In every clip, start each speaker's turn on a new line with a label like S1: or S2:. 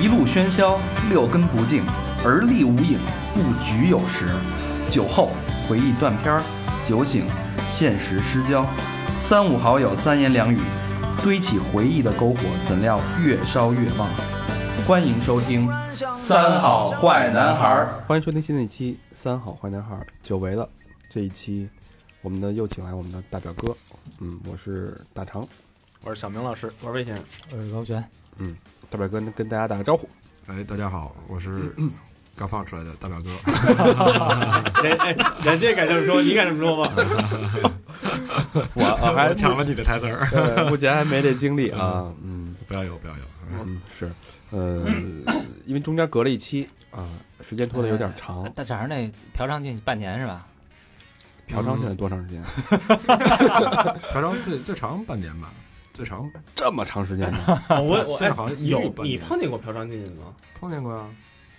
S1: 一路喧嚣，六根不净，而立无影，不局有时。酒后回忆断片儿，酒醒现实失焦。三五好友三言两语，堆起回忆的篝火，怎料越烧越旺。欢迎收听《三好坏男孩儿》。
S2: 欢迎收听新的一期《三好坏男孩》，久违了。这一期我们的又请来我们的大表哥，嗯，我是大长，
S3: 我是小明老师，我是魏先生。
S4: 我是高璇，
S2: 嗯，大表哥跟大家打个招呼。
S5: 哎，大家好，我是刚放出来的大表哥。
S3: 人哎，人家敢这么说，你敢这么说 吗？
S2: 我啊还
S5: 我抢了你的台词儿，
S2: 呃，目前还没这经历啊，嗯
S5: 不要有，不要有。嗯
S2: 嗯是，呃， 因为中间隔了一期啊，时间拖得有点长。
S4: 大肠那嫖娼进去半年是吧？
S2: 嫖娼现在多长时间？
S5: 嫖娼最最长半年吧，最长
S2: 这么长时间呢？
S3: 我我
S5: 现在好像
S3: 哎
S5: 一律
S3: 有
S5: 半
S3: 你
S5: 年
S3: 碰见过嫖娼进去的吗？
S5: 碰见过啊。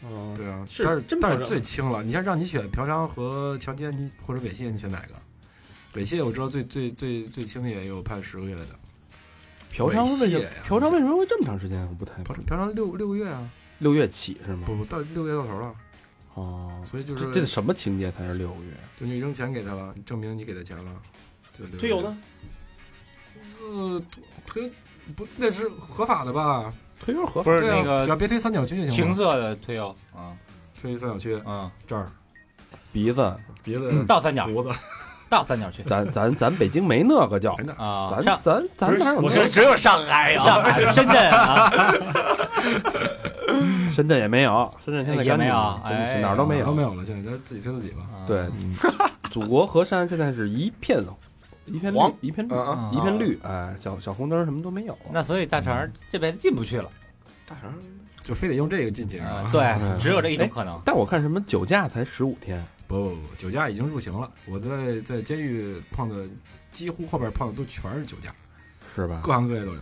S3: 嗯，
S5: 对啊，
S3: 是
S5: 但是
S3: 真
S5: 但
S3: 嫖
S5: 是
S3: 娼
S5: 最轻了。你看，让你选嫖娼和强奸，你或者猥亵，你选哪个？猥亵我知道最最最最轻也有判十个月的，
S2: 嫖娼为什
S5: 猥亵
S2: 么
S5: 呀？
S2: 嫖娼为什么会这么长时间？我不太
S5: 嫖娼嫖娼六六个月啊，
S2: 六月起是吗？
S5: 不不到六个月到头了，
S2: 哦，
S5: 所以就
S2: 这
S5: 是
S2: 这什么情节才是六个月？
S5: 就你扔钱给他了，证明你给他钱了，就六个
S3: 队
S5: 月
S3: 友？呢？
S5: 呃，推不那是合法的吧？
S2: 推油合法
S4: 不是
S5: 对啊
S4: 那
S5: 只
S4: 个
S5: 要别推三角区就行
S4: 情
S5: 了。
S4: 色的推油，嗯
S5: 推三角区
S4: 嗯，
S5: 这儿，
S2: 鼻子，
S5: 别的
S4: 倒三角，
S5: 胡子，
S4: 倒三角 去
S2: 咱咱咱北京没那个叫
S5: 哎，那
S4: 啊，
S2: 咱
S4: 上
S2: 咱咱哪有
S3: 我
S2: 那
S3: 说
S2: 个？
S3: 只有上海啊
S4: 上海、深圳 啊，
S2: 深圳也没有，深圳现在
S4: 也
S2: 干
S4: 没
S2: 净
S4: 有
S2: 了，真的
S4: 哎
S2: 是哪儿都没
S5: 哪儿啊都
S2: 有
S5: 没。有了，现在咱自己推自己吧。
S4: 嗯
S2: 对，祖国河山现在是一片 一片绿
S3: 黄，
S2: 一片绿，
S4: 嗯
S2: 一片。绿，哎，小小红灯什么都没有。
S4: 那所以大肠这辈子进不去了，
S5: 大肠就非得用这个进去
S4: 嗯
S5: 啊？
S4: 对，只有这一种可
S5: 哎
S4: 能。
S2: 但我看什么酒驾才十五天，
S5: 不不不，酒驾已经入刑了。我在在监狱碰的，几乎后边碰的都全是酒驾，
S2: 是吧
S5: 各？行各业都有。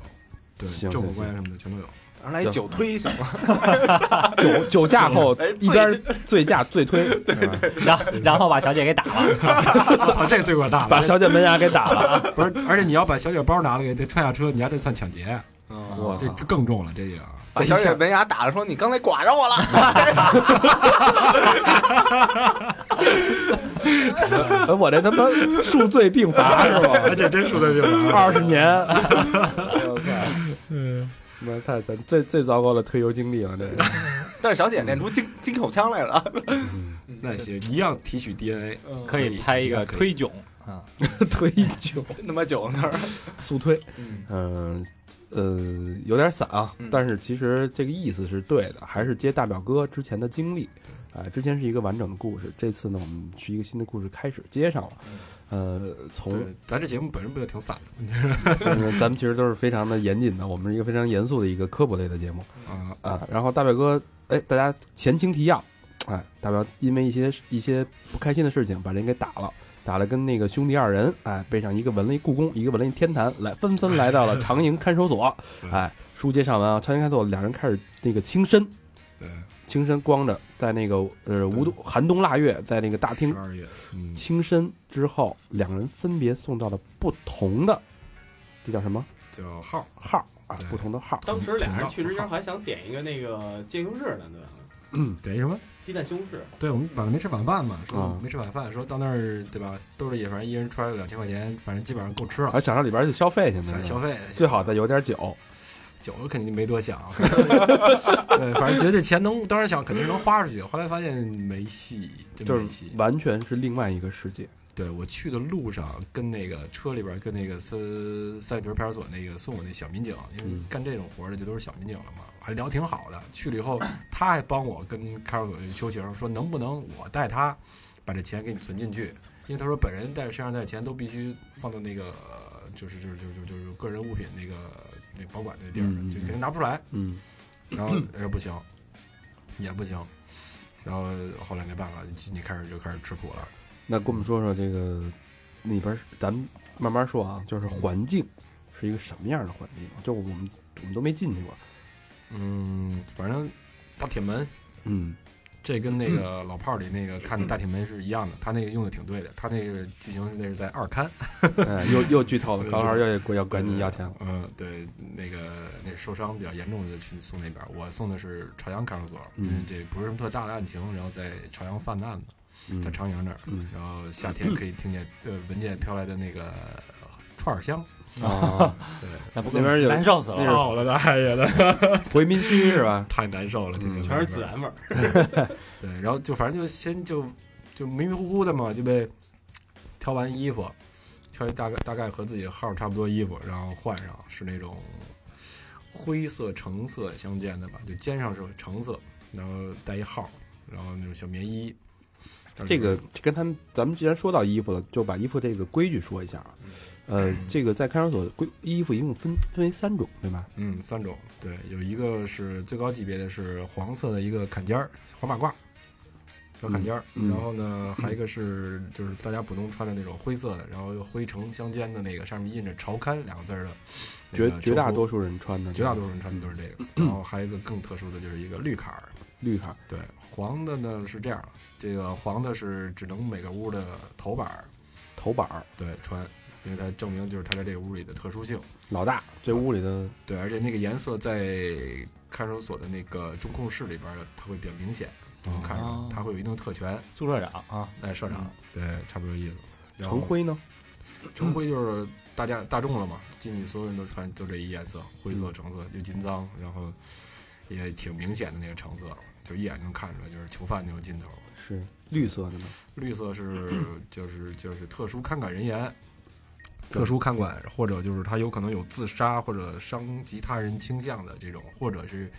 S5: 对，
S2: 行
S5: 政府
S2: 行
S5: 官员什么的全都有。
S3: 然后来一酒推行吗？
S2: 酒酒驾 后
S3: 哎
S2: 一边醉驾醉推， 是吧
S4: 然后然后把小姐给打了，
S5: 啊，这个罪过大
S2: 把
S5: 了，
S2: 小姐门牙给打了。
S5: 不是？而且你要把小姐包拿了，给她踹下车，你还得算抢劫，
S2: 我
S5: 这
S2: 操！
S5: 这更重了，这个。
S3: 把小姐门牙打了，说你刚才刮着我了。
S2: 哎我这他妈数罪并罚是吧？
S5: 这真说的病
S2: 二十年， 我操！我操，咱最最糟糕的推油经历了，这个
S3: 但是小姐练出金金口腔来 了。
S5: 那也行，一样提取 DNA，
S4: 可以拍一个
S5: 嗯可以嗯
S4: 推囧啊，
S2: 推酒
S3: 真他妈酒那儿。
S2: 速推。
S3: 嗯，
S2: 嗯，呃，有点散啊
S3: 嗯，
S2: 但是其实这个意思是对的，还是接大表哥之前的经历，啊、之前是一个完整的故事，这次呢，我们是一个新的故事开始接上了，
S3: 嗯
S2: 呃，从
S5: 对，咱这节目本身不就挺散的吗？
S2: 嗯 咱们其实都是非常的严谨的，我们是一个非常严肃的一个科普类的节目
S5: 啊，
S2: 啊、然后大表哥，哎，大家前情提要，哎，大表因为一些一些不开心的事情把人给打了。打了跟那个兄弟二人，哎，背上一个纹了一故宫，一个纹了一天坛，来纷纷来到 了长营看守所，哎，书接上文啊，长营看守所两人开始那个轻身，
S5: 对，
S2: 轻身光着，在那个呃无冬寒冬腊月，在那个大厅
S5: 十二月，嗯，
S2: 轻身之后，两人分别送到了不同的，这叫什么
S5: 叫号，
S2: 号啊？
S5: 对
S2: 不同的号，
S3: 当时俩人
S5: 同道
S3: 去之前还想点一个那个鸡蛋西红柿呢，对
S4: 嗯
S3: 吧？
S5: 等于什么？
S3: 鸡蛋西红柿，
S5: 对我们晚上没吃晚饭嘛，说
S2: 啊
S5: 没吃晚饭，说到那儿对吧？兜里反正一人揣了两千块钱，反正基本上够吃了，
S2: 还想上里边去消费去
S5: 想
S2: 呢，
S5: 消费
S2: 最好再有点酒，
S5: 酒肯定没多想， 对，反正觉得这钱能，当时想肯定能花出去，后来发现没戏，真
S2: 就
S5: 没
S2: 是
S5: 戏。
S2: 完全是另外一个世界。
S5: 对我去的路上，跟那个车里边，跟那个三三里屯派出所那个送我那小民警，因为
S2: 嗯
S5: 干这种活儿的就都是小民警了嘛，还聊挺好的。去了以后，他还帮我跟看守所求情，说能不能我带他把这钱给你存进去，因为他说本人带身上带钱都必须放到那个呃就是就是就是就是个人物品那个那保管那地儿，
S2: 嗯嗯
S5: 就肯定拿不出来。
S2: 嗯，
S5: 然后也不行，也不行，然后后来没办法，你你开始就开始吃苦了。
S2: 那跟我们说说这个里边，咱们慢慢说啊，就是环境是一个什么样的环境？就我们我们都没进去过，
S5: 嗯，反正大铁门
S2: 嗯，
S5: 这跟那个老炮儿里那个看的大铁门是一样的，他那个用的挺对的，他那个剧情那是在二刊，
S2: 哎，又又剧透 了，高老师又要管你要钱了。
S5: 嗯，对，那个那受伤比较严重的去送那边儿，我送的是朝阳看守所，因为
S2: 嗯
S5: 这不是什么特大的案情，然后在朝阳犯的案子，
S2: 嗯
S5: 在，朝阳那儿，
S2: 嗯
S5: 然后夏天可以听见呃闻见飘来的那个串儿香，
S2: 啊，
S4: 那不
S2: 那边有
S4: 难受死了。
S5: 操我的大爷的，
S2: 回民区是吧？
S5: 太难受了，
S2: 嗯
S5: 听见
S3: 全是孜然味儿。
S5: 对，然后就反正就先就就迷迷糊糊的嘛，就被挑完衣服，挑一大概大概和自己号差不多衣服，然后换上是那种灰色橙色相间的吧，就肩上是橙色，然后带一号，然后那种小棉衣。然后
S2: 这个
S5: 就
S2: 跟他们，咱们既然说到衣服了，就把衣服这个规矩说一下啊。
S5: 嗯
S2: 呃，这个在看守所规衣服一共分分为三种，对吧？
S5: 嗯三种，对，有一个是最高级别的是黄色的一个坎肩儿，黄马褂。小坎肩儿，
S2: 嗯嗯
S5: 然后呢，还有一个是就是大家普通穿的那种灰色的，然后又灰橙相间的那个，上面印着“朝刊”两个字儿的那
S2: 绝
S5: 个
S2: 绝大
S5: 囚服
S2: 多数人穿的，
S5: 啊绝大多数人穿的都是这个。然后还有一个更特殊的就是一个绿坎儿，
S2: 绿卡，
S5: 对，黄的呢是这样，这个黄的是只能每个屋的头板儿
S2: 头板儿，
S5: 对穿，因为它证明就是它在这个屋里的特殊性。
S2: 老大，这屋里的
S5: 对，而且那个颜色在看守所的那个中控室里边儿，它会比较明显，能看出来
S4: 哦，
S5: 它会有一定特权。
S4: 宿舍长啊，
S5: 哎，社长，对，差不多意思。然后
S2: 成，灰呢？
S5: 成灰就是大家大众了嘛，进去所有人都穿都这一颜色，灰色、
S2: 嗯
S5: 橙色又金脏，然后也挺明显的那个橙色，就一眼就能看出来就是囚犯那种劲头。
S2: 是绿色的呢？
S5: 绿色是就是就是特殊看管人员，特殊看管，或者就是他有可能有自杀或者伤及他人倾向的这种，或者是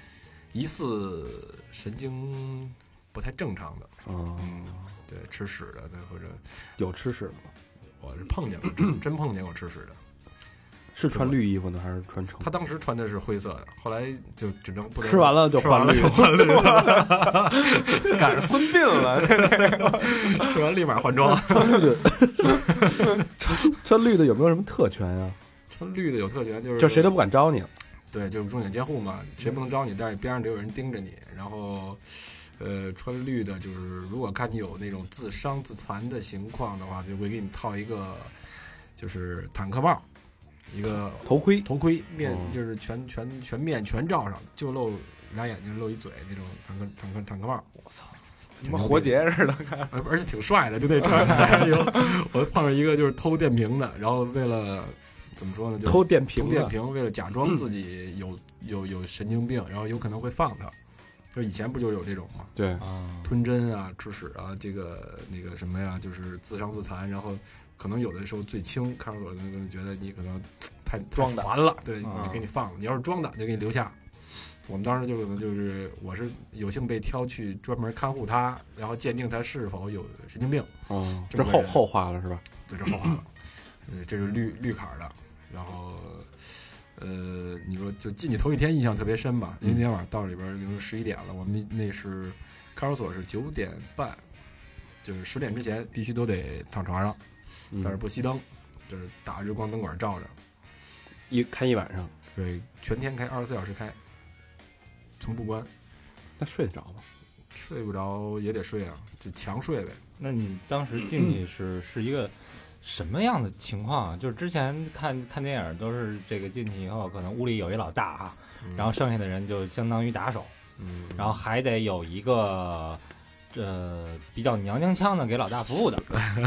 S5: 疑似神经不太正常的，
S2: 啊，
S5: 嗯，对，吃屎的，对，或者
S2: 有吃屎吗？
S5: 我是碰见过，真真碰见过吃屎的。
S2: 是穿绿衣服呢，还是穿橙？
S5: 他当时穿的是灰色的，后来就只能不能
S2: 吃完了就
S5: 吃
S2: 换
S5: 完了
S2: 绿
S5: 就换绿，
S2: 赶上孙膑了，
S5: 吃完立马换装。
S2: 穿绿的，穿穿绿的有没有什么特权啊？
S5: 穿绿的有特权，就是
S2: 就谁都不敢招你了。
S5: 对，就是重点监护嘛，谁不能招你，但是边上得有人盯着你。然后，呃，穿绿的，就是如果看你有那种自伤自残的情况的话，就会给你套一个就是坦克帽，一个
S2: 头盔
S5: 头盔面
S2: 哦，
S5: 就是全全全面全罩上，就露俩眼睛露一嘴那种坦克坦克坦克帽。我操！
S6: 什么活结似的，
S5: 而而且挺帅的，就那 穿着戴上以后，我碰上一个就是偷电瓶的，然后为了怎么说呢，就
S2: 偷电
S5: 停
S2: 瓶
S5: 电
S2: 的，
S5: 瓶，为了假装自己有、有有神经病，然后有可能会放他。就以前不就有这种吗？
S2: 对，
S5: 吞针啊、吃屎啊，这个那个什么呀，就是自伤自残，然后可能有的时候最轻，看守所的那个觉得你可能太
S6: 装的
S5: 完了，对，
S6: 啊
S5: 就给你放了。你要是装的，就给你留下。我们当时就可能就是我是有幸被挑去专门看护他，然后鉴定他是否有神经病。
S2: 哦，
S5: 这
S2: 这
S5: 么
S2: 后
S5: 个人
S2: 后话了是吧？
S5: 对，这后话了。呃，这是绿绿卡的，然后呃，你说就进去头一天印象特别深吧，因为那天晚上到里边儿已经十一点了，我们那那是看守所是九点半，就是十点之前必须都得躺床上，
S2: 嗯
S5: 但是不熄灯，就是打日光灯管照着，
S2: 一看一晚上，
S5: 对，全天开二十四小时开，从不关，
S2: 那睡得着吗？
S5: 睡不着也得睡啊，就强睡呗。
S4: 那你当时进
S5: 嗯
S4: 去是是一个什么样的情况啊？就是之前看看电影都是这个进去以后，可能屋里有一老大啊，
S5: 嗯
S4: 然后，剩下的人就相当于打手，
S5: 嗯，
S4: 然后还得有一个。呃，比较娘娘腔的给老大服 务的，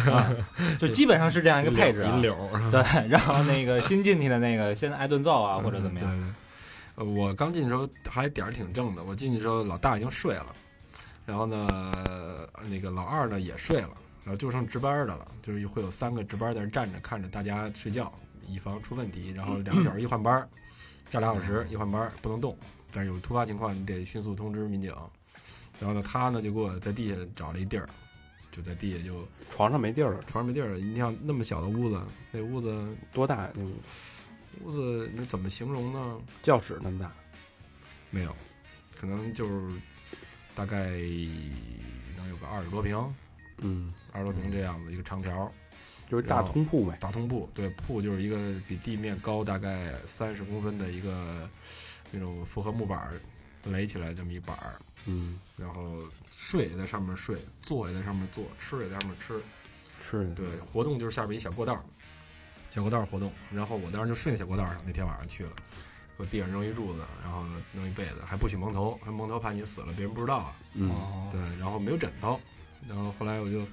S4: 啊，就基本上是这样一个配置啊
S5: 银。柳儿，
S4: 对，然后那个新进去的那个先挨顿揍啊，或者怎么样。
S5: 嗯对对呃我刚进去的时候还点儿挺正的，我进去的时候老大已经睡了，然后呢，呃那个老二呢也睡了，然后就剩值班的了，就是会有三个值班在那儿站着看着大家睡觉，以防出问题。然后两个小时一换班儿，站俩小时一换班儿不能动，但是有突发情况你得迅速通知民警。然后呢，他呢就给我在地下找了一地儿，就在地下就
S2: 床上没地儿了，
S5: 床上没地儿了。你像那么小的屋子，那屋子
S2: 多大呀？那个
S5: 屋子你怎么形容呢？
S2: 教室那么大，
S5: 没有，可能就是大概能有个二十多平，
S2: 嗯，
S5: 二十多平这样子一个长条
S2: 就是大
S5: 然后
S2: 通铺呗。
S5: 大通铺。对，铺就是一个比地面高大概三十公分的一个那种复合木板儿垒起来这么一板儿，
S2: 嗯，
S5: 然后睡也在上面睡，坐也在上面坐，吃也在上面吃。
S2: 是的，
S5: 对，活动就是下边一小过道儿，小过道儿活动。然后我当时就睡那小过道儿上，那天晚上去了，我地上扔一褥子，然后弄一被子，还不许蒙头，还蒙头怕你死了别人不知道啊。
S2: 嗯，
S4: 哦，
S5: 对，然后没有枕头，然后后来我就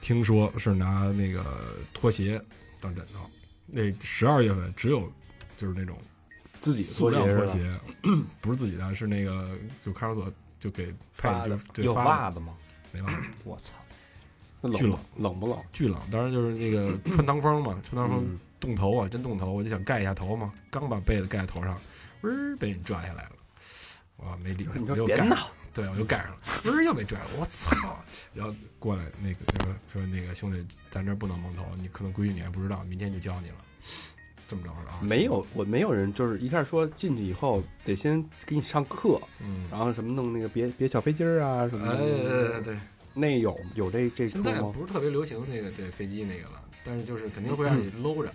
S5: 听说是拿那个拖鞋当枕头。那十二月份只有就是那种
S2: 自己做
S5: 塑料
S2: 鞋是
S5: 拖
S2: 吧？
S5: 鞋，不是自己的，是那个就看守所就给配
S6: 发的
S5: 就对
S4: 有
S5: 发
S4: 袜子吗？
S5: 没办法，
S4: 我操！
S2: 那
S5: 巨
S2: 冷
S5: 冷
S2: 吗冷不冷？
S5: 巨冷。当时就是那个
S6: 嗯
S5: 穿堂风嘛，穿堂风
S2: 嗯
S5: 冻头啊，真冻头，我就想盖一下头嘛，刚把被子盖在头上，嗡、儿被人拽下来了，我没理，
S6: 你
S5: 我
S6: 说
S5: 又
S6: 别
S5: 盖上
S6: 闹
S5: 了，对，我又盖上了，嗡、儿又被拽了，我操！ 然后过来那个就说说那个兄弟，咱这儿不能蒙头，你可能规矩你还不知道，明天就教你了，这么着啊是吧？
S2: 没，有，我没有人，就是一开始说进去以后得先给你上课，
S5: 嗯，
S2: 然后什么弄那个别别小飞机儿啊什么
S5: 哎，
S2: 的，
S5: 对，
S2: 那有有这这出
S5: 现在
S2: 吗？
S5: 不是特别流行那个对飞机那个了，但是就是肯定会让你
S2: 嗯
S5: 搂着，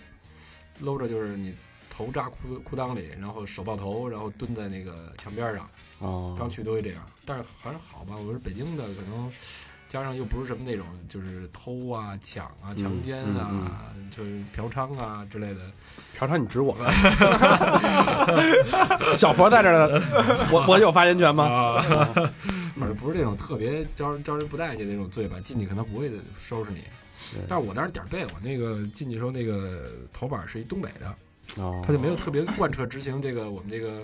S5: 搂着就是你头扎裤裤裆里，然后手抱头，然后蹲在那个墙边上。
S2: 啊，
S5: 刚去都会这样，但是还是好吧。我说北京的可能加上又不是什么那种就是偷啊、抢
S2: 嗯
S5: 啊、强奸啊、就是嫖娼啊之类的。
S2: 尝尝你指我， 小佛在这儿呢，我我有发言权吗？
S5: 啊，反正不是那种特别招人招人不待见那种罪吧，进去可能不会收拾你
S2: 对。
S5: 但是我当时点儿背，我那个进去时候那个头板是一东北的，
S2: 他
S5: 他就没
S2: 哦
S5: 有特别贯彻执行这个我们这个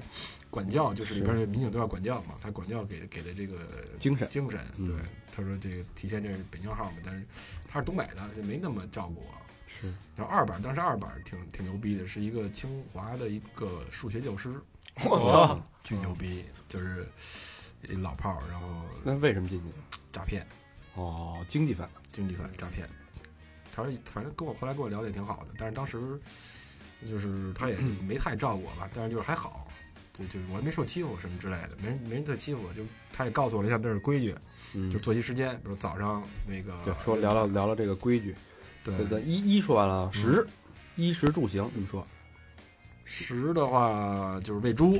S5: 管教，就是里边的民警都要管教嘛，他管教给给的这个
S2: 精神，
S5: 精神。
S2: 嗯
S5: 对，他说这个体现这是北京号嘛，但是他是东北的，就没那么照顾我。
S2: 是
S5: 然后二板当时二板挺挺牛逼的，是一个清华的一个数学教师，
S2: 哦
S6: 我操，
S5: 巨牛逼，就是一老炮儿，然后
S2: 那为什么进去？
S5: 诈骗
S2: 哦，经济犯，
S5: 经济犯诈骗。他说反正跟我后来跟我聊的也挺好的，但是当时就 是他也没太照顾我吧，但是就是还好。就就是我还没受欺负什么之类的，没人没人特欺负我，就他也告诉我了一下那儿的规矩，
S2: 嗯
S5: 就，作息时间，比如早上那个
S2: 对，说聊聊聊聊这个规矩，
S5: 对
S2: 对咱衣衣说完了啊，
S5: 嗯
S2: 食衣食住行，你们说，
S5: 食的话就是喂猪，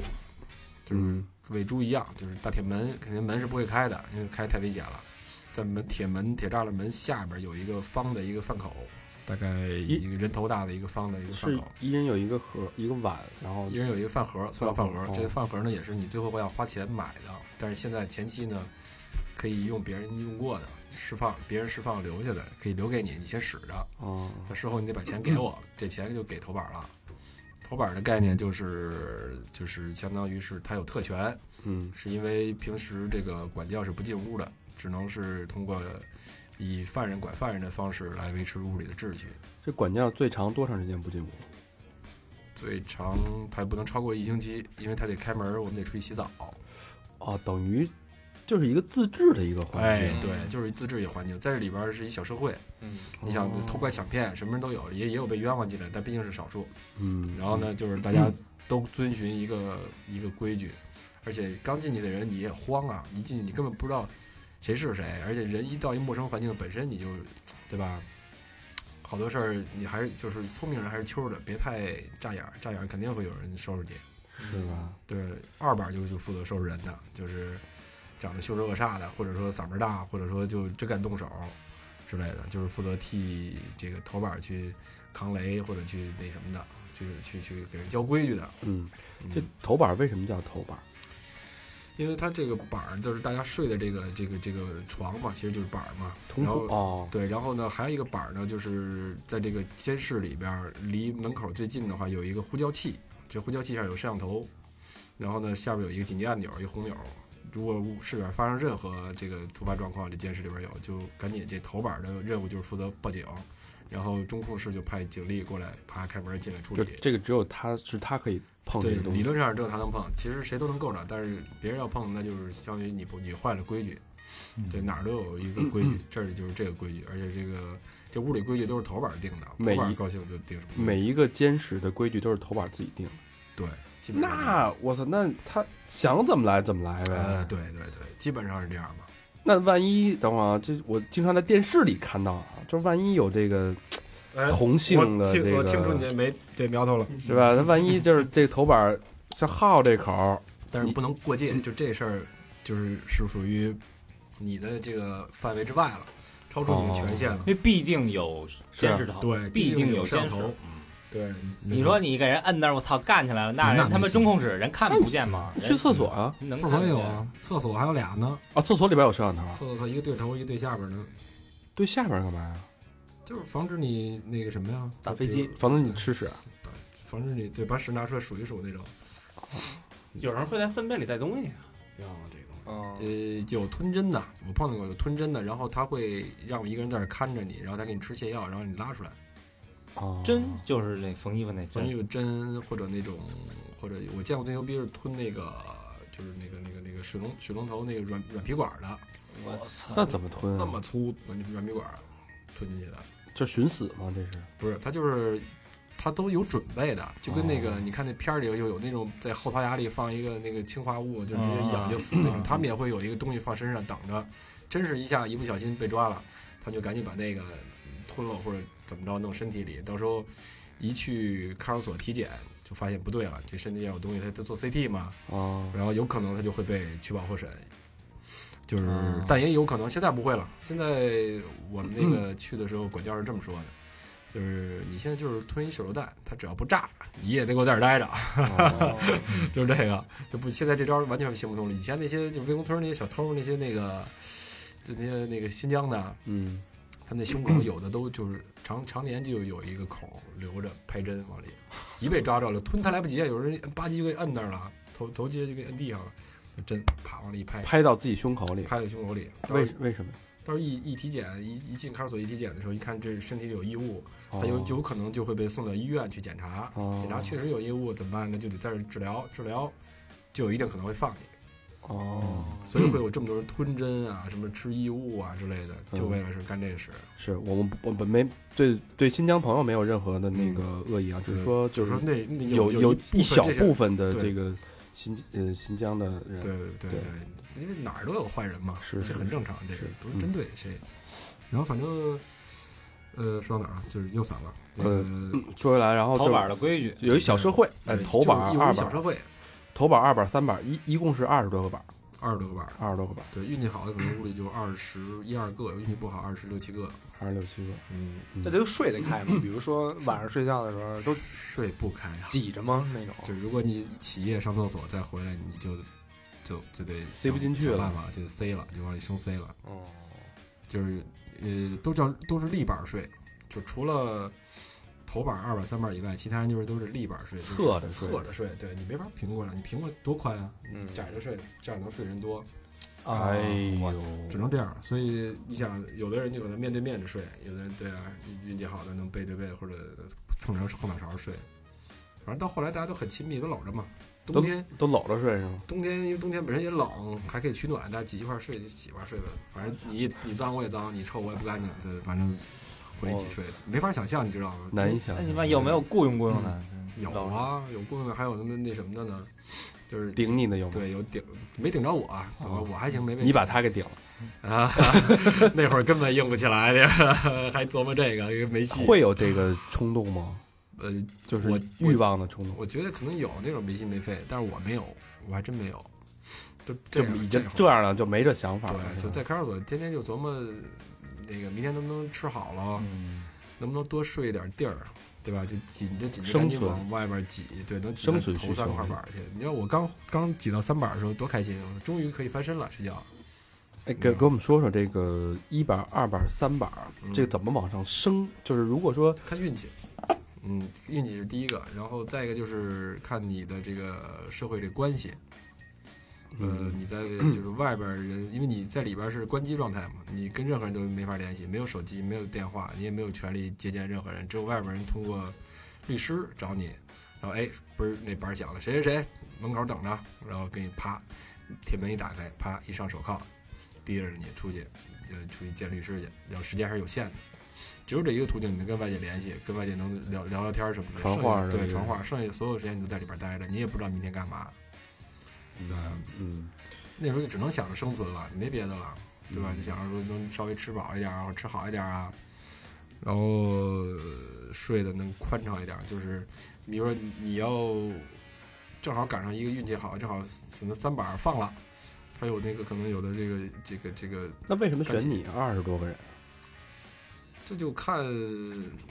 S2: 嗯，
S5: 喂猪一样，就是大铁门肯定门是不会开的，因为开太危险了。在门铁门铁栅栏门下边有一个方的一个饭口，大概一个人头大的一个方的一个饭
S2: 是
S5: 口，
S2: 一人有一个盒一个碗，然后
S5: 一人有一个饭盒，塑料饭盒
S2: 饭盒。
S5: 这
S2: 哦
S5: 个饭盒呢也是你最后会要花钱买的，但是现在前期呢可以用别人用过的释放，别人释放留下的可以留给你，你先使着。
S2: 哦，
S5: 他事后你得把钱给我，这钱就给头板了。头板的概念就是就是相当于是他有特权，
S2: 嗯
S5: 是因为平时这个管教是不进屋的，只能是通过以犯人管犯人的方式来维持屋里的秩序。
S2: 这管教最长多长时间不进屋？
S5: 最长他不能超过一星期，因为他得开门，我们得出去洗澡。
S2: 哦，等于就是一个自治的一个环
S5: 哎
S2: 境，，嗯
S5: 对，就是自治一环境，在这里边是一小社会，
S6: 嗯，
S5: 你想
S2: 哦
S5: 偷拐抢骗，什么人都有，也也有被冤枉进来，但毕竟是少数。
S2: 嗯，
S5: 然后呢，就是大家都遵循一个一个规矩，而且刚进去的人你也慌啊，一进去你根本不知道谁是谁，而且人一到一陌生环境，本身你就，对吧？好多事儿你还是就是聪明人还是秋儿的，别太扎眼儿，扎眼儿肯定会有人收拾你。
S2: 是吧？
S5: 对，二板就就负责收拾人的，就是长得凶神恶煞的，或者说嗓门大，或者说就真敢动手之类的，就是负责替这个头板去扛雷或者去那什么的，去去去给人教规矩的。
S2: 嗯，
S5: 嗯
S2: 这头板为什么叫头板？
S5: 因为他这个板儿就是大家睡的这个这个这个床嘛，其实就是板儿嘛。
S2: 同
S5: 然
S2: 铺
S5: 后
S2: 哦，
S5: 对，然后呢，还有一个板儿呢，就是在这个监视里边儿，离门口最近的话有一个呼叫器，这呼叫器上有摄像头，然后呢下边有一个紧急按钮，一红钮。如果市里边发生任何这个突发状况，这监视里边有，就赶紧这头板儿的任务就是负责报警，然后中控室就派警力过来，啪开门进来处
S2: 就
S5: 理。
S2: 这个只有他是他可以碰这
S5: 对
S2: 个，东
S5: 理
S2: 西，
S5: 论上是只有他能碰，其实谁都能够着，但是别人要碰，那就是相当于你不你坏了规矩。
S2: 嗯
S5: 对，哪儿都有一个规矩，这里就是这个规矩，而且这个这屋里规矩都是头板定的，
S2: 每
S5: 头
S2: 一
S5: 板高兴就定什么规矩。
S2: 每一个监视的规矩都是头板自己定的。
S5: 对，基本上是这样
S2: 那我操，那他想怎么来怎么来
S5: 呃，
S2: 呗。
S5: 对对对，基本上是这样吧。
S2: 那万一等会儿啊，这我经常在电视里看到啊，就是万一有这个
S5: 哎，
S2: 同性的
S5: 我
S2: 这
S5: 听我听出
S2: 个，
S5: 嗯你没这苗头了，
S2: 是吧？他万一就是这头板像浩这口儿
S5: 但是不能过界，就这事儿就是是属于你的这个范围之外了，超出你
S2: 哦
S5: 的权限了。
S4: 因为必定有监视头，
S5: 啊对，
S4: 必
S5: 定
S4: 有
S5: 摄
S4: 监
S5: 像
S4: 视
S5: 头。。嗯对，
S4: 你说你给人摁那儿，我操，干起来了，那
S5: 那
S4: 人他们
S5: 没戏哎
S4: 中控室人看不见吗？
S2: 去
S4: 人
S2: 厕所啊？
S4: 能
S5: 厕
S4: 看
S5: 所也
S4: 见
S5: 有啊，厕所还有俩呢，
S2: 啊，厕所里边有摄像头啊，
S5: 厕所一个对头，一个对下边呢，
S2: 对下边干嘛呀？
S5: 就是防止你那个什么呀，
S1: 打飞机
S5: 比如，
S2: 防止你吃屎啊。
S5: 防止你对把屎拿出来数一数那种。
S3: 有人会在粪便里带东西啊，别忘了这个东西。
S2: 哦
S5: 呃，有吞针的，我碰见过有吞针的，然后他会让一个人在那儿看着你，然后他给你吃泻药，然后你拉出来。
S2: 哦
S4: 针就是那缝衣服那
S5: 关
S4: 针，
S5: 于针或者那种，或者我见过最牛逼是吞那个，就是那个那个那个水龙水龙头那个软软皮管的，
S2: 那怎么吞
S5: 那
S2: 啊？
S5: 么粗软软皮管吞进去的，
S2: 这寻死吗？这是
S5: 不是他就是他都有准备的，就跟那个、你看那片儿里又有那种在后槽牙里放一个那个氰化物，就直接
S4: 啊
S5: 咬就死那种，他们也会有一个东西放身上等着，真是一下一不小心被抓了，他就赶紧把那个吞了或者怎么着弄身体里，到时候一去看守所体检。就发现不对了，这身体要有东西，他他做 CT 嘛，
S2: 哦，
S5: 然后有可能他就会被取保候审，就是，
S2: 嗯
S5: 但也有可能现在不会了。现在我们那个去的时候，管教是这么说的，就是你现在就是吞一手榴弹，它只要不炸，你也得给我在这儿待着， 就是这个，就不现在这招完全行不通了。以前那些就魏公村那些小偷，那些那个，就那些那个新疆的，
S2: 嗯，
S5: 他们那胸口有的都就是常常年就有一个口留着拍针往里，一被抓着了吞他来不及，啊有人吧唧就给摁那儿了，头头直接就给摁地上了，就针啪往里一拍，
S2: 拍到自己胸口里，
S5: 拍在胸口里。到时
S2: 为
S5: 候
S2: 为什么？
S5: 到时候一一体检，一一进看守所一体检的时候，一看这身体里有异物，
S2: 哦
S5: 他有有可能就会被送到医院去检查，
S2: 哦
S5: 检查确实有异物怎么办呢？就得在这儿治疗，治疗就有一定可能会放你。
S2: 哦，
S5: 所以会有这么多人吞针啊，什么吃异物啊之类的，就
S2: 嗯
S5: 为了是干这事。
S2: 是我们不我们没对对新疆朋友没有任何的那个恶意啊，只是说
S5: 嗯就
S2: 就是是
S5: 说那那
S2: 有
S5: 有
S2: 一小部分
S5: 分
S2: 的
S5: 对
S2: 这个新呃新疆的
S5: 这
S2: 人，
S5: 些，对对
S2: 对
S5: 对，因为哪儿都有坏人嘛，
S2: 是
S5: 这
S2: 是
S5: 很正常，这个
S2: 是嗯
S5: 不是针对谁。然后反正，呃，说到哪儿了？就是又散了。这个
S2: 嗯说回来，然后就
S4: 头板的规矩，
S2: 有一小社会，哎，
S5: 对
S2: 头
S5: 就是
S2: 板
S5: 一
S2: 二
S5: 屋小社
S2: 板，
S5: 会，
S2: 头板二板三板，一一共是二十多个板，
S5: 二十多个板儿。
S2: 二十多个板，
S5: 对，运气好的可能屋里就二十一二个，运气不好二十六七个。
S2: 二十六七个，
S5: 嗯，
S6: 那得睡得开吗？比如说晚上睡觉的时
S2: 呃
S6: 候都
S5: 睡不开啊。
S6: 挤着吗？那种
S5: 就如果你起夜上厕所再回来，你就就就得
S2: 塞不进去
S5: 想
S2: 了
S5: 办法就塞了，就往里生塞了。
S6: 哦，
S5: 就是呃，都叫都是立板睡，就除了头板、二板、三板以外，其他人就是都是立板睡，就是
S2: 侧着睡
S5: 侧着睡。对你没法平过来，你平过来多宽啊？
S6: 嗯
S5: 窄着睡，这样能睡人多，
S4: 啊
S3: 哎
S2: 呦
S4: 我操，
S2: 嗯
S5: 只能这样。所以你想，有的人就可能面对面着睡，有的人对啊，运气好的能背对背或者冲着后脑勺睡。反正到后来大家都很亲密，都搂着嘛。冬天
S2: 都搂着睡是吗？
S5: 冬天因为冬天本身也冷，还可以取暖，大家挤一块儿睡就挤一块儿睡呗。反正你你脏我也脏，你臭我也不干净，对，反正混一起睡的，没法想象，你知道吗？
S2: 难以想
S4: 那你
S2: 象，
S4: 妈有没有雇佣雇佣的？
S5: 有啊，有棍子，还有那么那什么的呢，就是
S2: 顶你的有吗？
S5: 对有顶没顶着我，啊我我还行，没被
S2: 哦你把他给顶了，
S5: 啊， 那会儿根本硬不起来， 还琢磨这个没戏。
S2: 会有这个冲动吗？
S5: 呃，
S2: 就是
S5: 我
S2: 欲望的冲动，
S5: 我觉得可能有那种没心没肺，但是我没有，我还真没有，就这
S2: 就
S5: 样
S2: 已经
S5: 这会儿
S2: 这样了，就没这想法了，
S5: 对，
S2: 是
S5: 啊就
S2: 吧
S5: 在看守所天天就琢磨那个明天能不能吃好了，
S4: 嗯，
S5: 能不能多睡一点地儿，对吧？就紧就紧着
S2: 生
S5: 赶紧
S2: 存
S5: 往外边挤，对，能挤
S2: 生
S5: 到
S2: 存需
S5: 头三
S2: 求
S5: 块板儿去。你知道我刚刚挤到三板儿的时候多开心，啊！终于可以翻身了，睡觉。
S2: 哎，给给我们说说这个一板、二板、三板，
S5: 嗯
S2: 这个怎么往上升？就是如果说
S5: 看运气，嗯，运气是第一个，然后再一个就是看你的这个社会的关系。呃，你在就是外边儿人，因为你在里边儿是关机状态嘛，你跟任何人都没法联系，没有手机，没有电话，你也没有权利接见任何人，只有外边人通过律师找你，然后哎，不是那板儿响了，谁谁谁门口等着，然后给你啪，铁门一打开，啪一上手铐，提着你出去，就出去见律师去，然后时间还是有限的。只有这一个途径，你能跟外界联系，跟外界能聊聊聊天儿什么的，
S2: 传
S5: 剩下
S2: 话儿的
S5: 对
S2: 这
S5: 传
S2: 个
S5: 话儿，剩下所有时间你都在里边儿待着，你也不知道明天干嘛。嗯，
S2: 嗯，
S5: 那时候就只能想着生存了，你没别的了，对吧？就想着说能稍微吃饱一点啊，或者吃好一点啊，然后呃睡得能宽敞一点。就是，比如说你要正好赶上一个运气好，正好什么三板放了，还有那个可能有的这个这个这个，
S2: 那为什么选你二十多个人？
S5: 这就看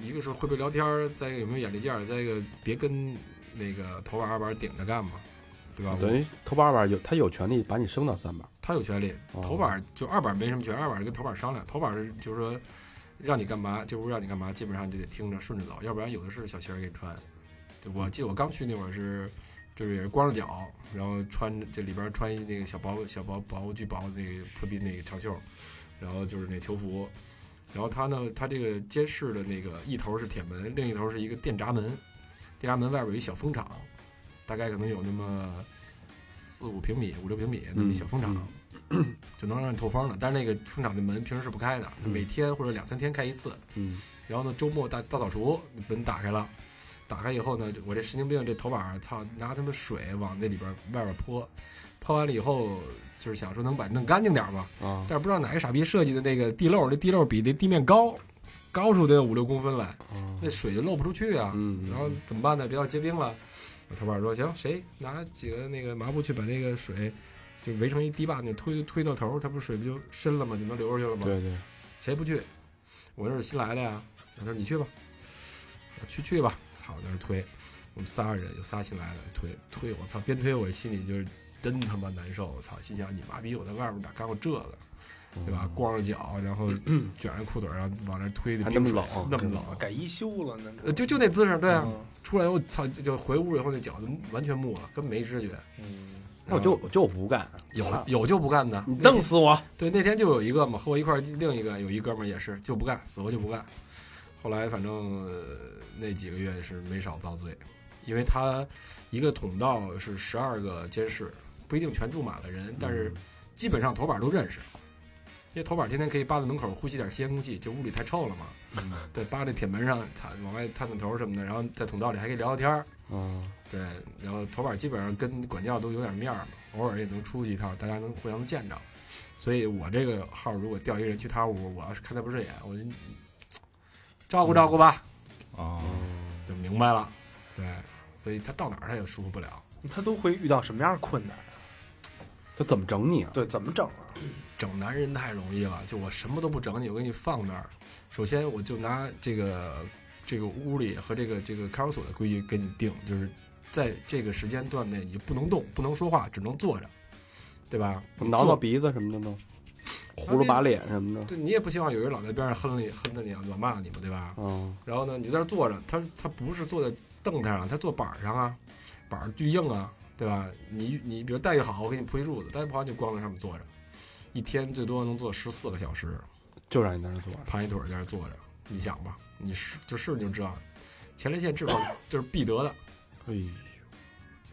S5: 一个是会不会聊天儿，再一个有没有眼力劲儿，再一个别跟那个头把二板顶着干嘛，对吧？
S2: 等于头把二把有他有权利把你升到三把，
S5: 他有权利，
S2: 哦
S5: 头板就二板没什么权，二板跟头板商量，头板是就是说让你干嘛，这屋让你干嘛，基本上你就得听着顺着走，要不然有的是小鞋儿给你穿。就我记得我刚去那会儿是，就是也是光着脚，然后穿这里边儿穿一那个小薄小薄薄巨薄的那个破壁那个长袖，然后就是那球服，然后他呢，他这个监视的那个一头是铁门，另一头是一个电闸门，电闸门外边有一小风场，大概可能有那么四五平米、五六平米那么一小风场，就能让你透风的。但是那个风场的门平时是不开的，
S2: 嗯
S5: 每天或者两三天开一次。
S2: 嗯，
S5: 然后呢，周末大大扫除，门打开了，打开以后呢，我这神经病这头板儿，操，拿他们水往那里边外边泼，泼完了以后，就是想说能把它弄干净点儿吧。
S2: 啊，
S3: 嗯
S5: 但是不知道哪个傻逼设计的那个地漏，那地漏比那地面高，高出得有五六公分来，那水就漏不出去啊。
S2: 嗯，
S5: 然后怎么办呢？别要结冰了。头板说：“行，谁拿几个那个麻布去把那个水就围成一堤坝，那推推到头，它不水不就深了吗？就能流出去了吗？
S2: 对对，
S5: 谁不去？我这是新来的呀。我说你去吧，我去去吧。操，在那儿推，我们仨人有仨新来的推推我操，边推我心里就是真他妈难受。我操，心想你妈逼我在外面哪干过这个，对吧？光着脚，然后卷着裤腿儿，然后往那儿推的
S2: 嗯还那
S5: 冰
S2: 么
S5: 水，
S2: 冷哦
S5: 那么冷，
S3: 嗯
S6: 改一休了那
S5: 呃就就那姿势，对啊。
S6: 嗯
S5: 出来我操，就就回屋以后那脚就完全木了，根本没知觉。
S6: 嗯，
S2: 那我就我就啊不干，
S5: 有有就不干的，
S3: 嗯
S2: 你
S5: 那天
S2: 瞪死我，
S5: 对，那天就有一个嘛，和我一块儿另一个有一哥们儿也是就不干，死活就不干。后来反正、呃那几个月是没少遭罪，因为他一个通道是十二个监视，不一定全住满了人，但是基本上头板都认识。因为头板天天可以扒在门口呼吸点新鲜空气，这屋里太臭了嘛。对，扒在铁门上，探往外探探头什么的，然后在通道里还可以聊聊天儿。
S3: 嗯
S2: 啊，
S5: 对，然后头板基本上跟管教都有点面儿嘛，偶尔也能出去一趟，大家能互相见着。所以我这个号如果调一个人去他屋，我要是看他不顺眼，我就照顾照顾吧，
S4: 哦，
S5: 就明白了。对，所以他到哪儿他也舒服不了，
S6: 他都会遇到什么样的困难啊？
S2: 他怎么整你啊？
S6: 对，怎么整啊？
S5: 整男人太容易了，就我什么都不整你，我给你放那儿。首先我就拿这个这个屋里和这个这个看守所的规矩给你定，就是在这个时间段内你就不能动，不能说话，只能坐着，对吧？
S2: 挠挠鼻子什么的呢？葫芦把脸什么的，
S5: 对你也不希望有人老在边上哼你、哼着你、啊老骂你嘛，对吧？
S2: 啊，
S5: 然后呢，你在这儿坐着，他他不是坐在凳子上，他坐板儿上啊，板儿巨硬啊，对吧？你你比如待遇好，我给你铺一褥子；待遇不好，你就光在上面坐着，一天最多能坐十四个小时，
S2: 就让你在那坐
S5: 盘一腿儿在这儿坐着。你想吧，你是就是你就知道，前列腺痔疮就是必得的，
S2: 着，哎，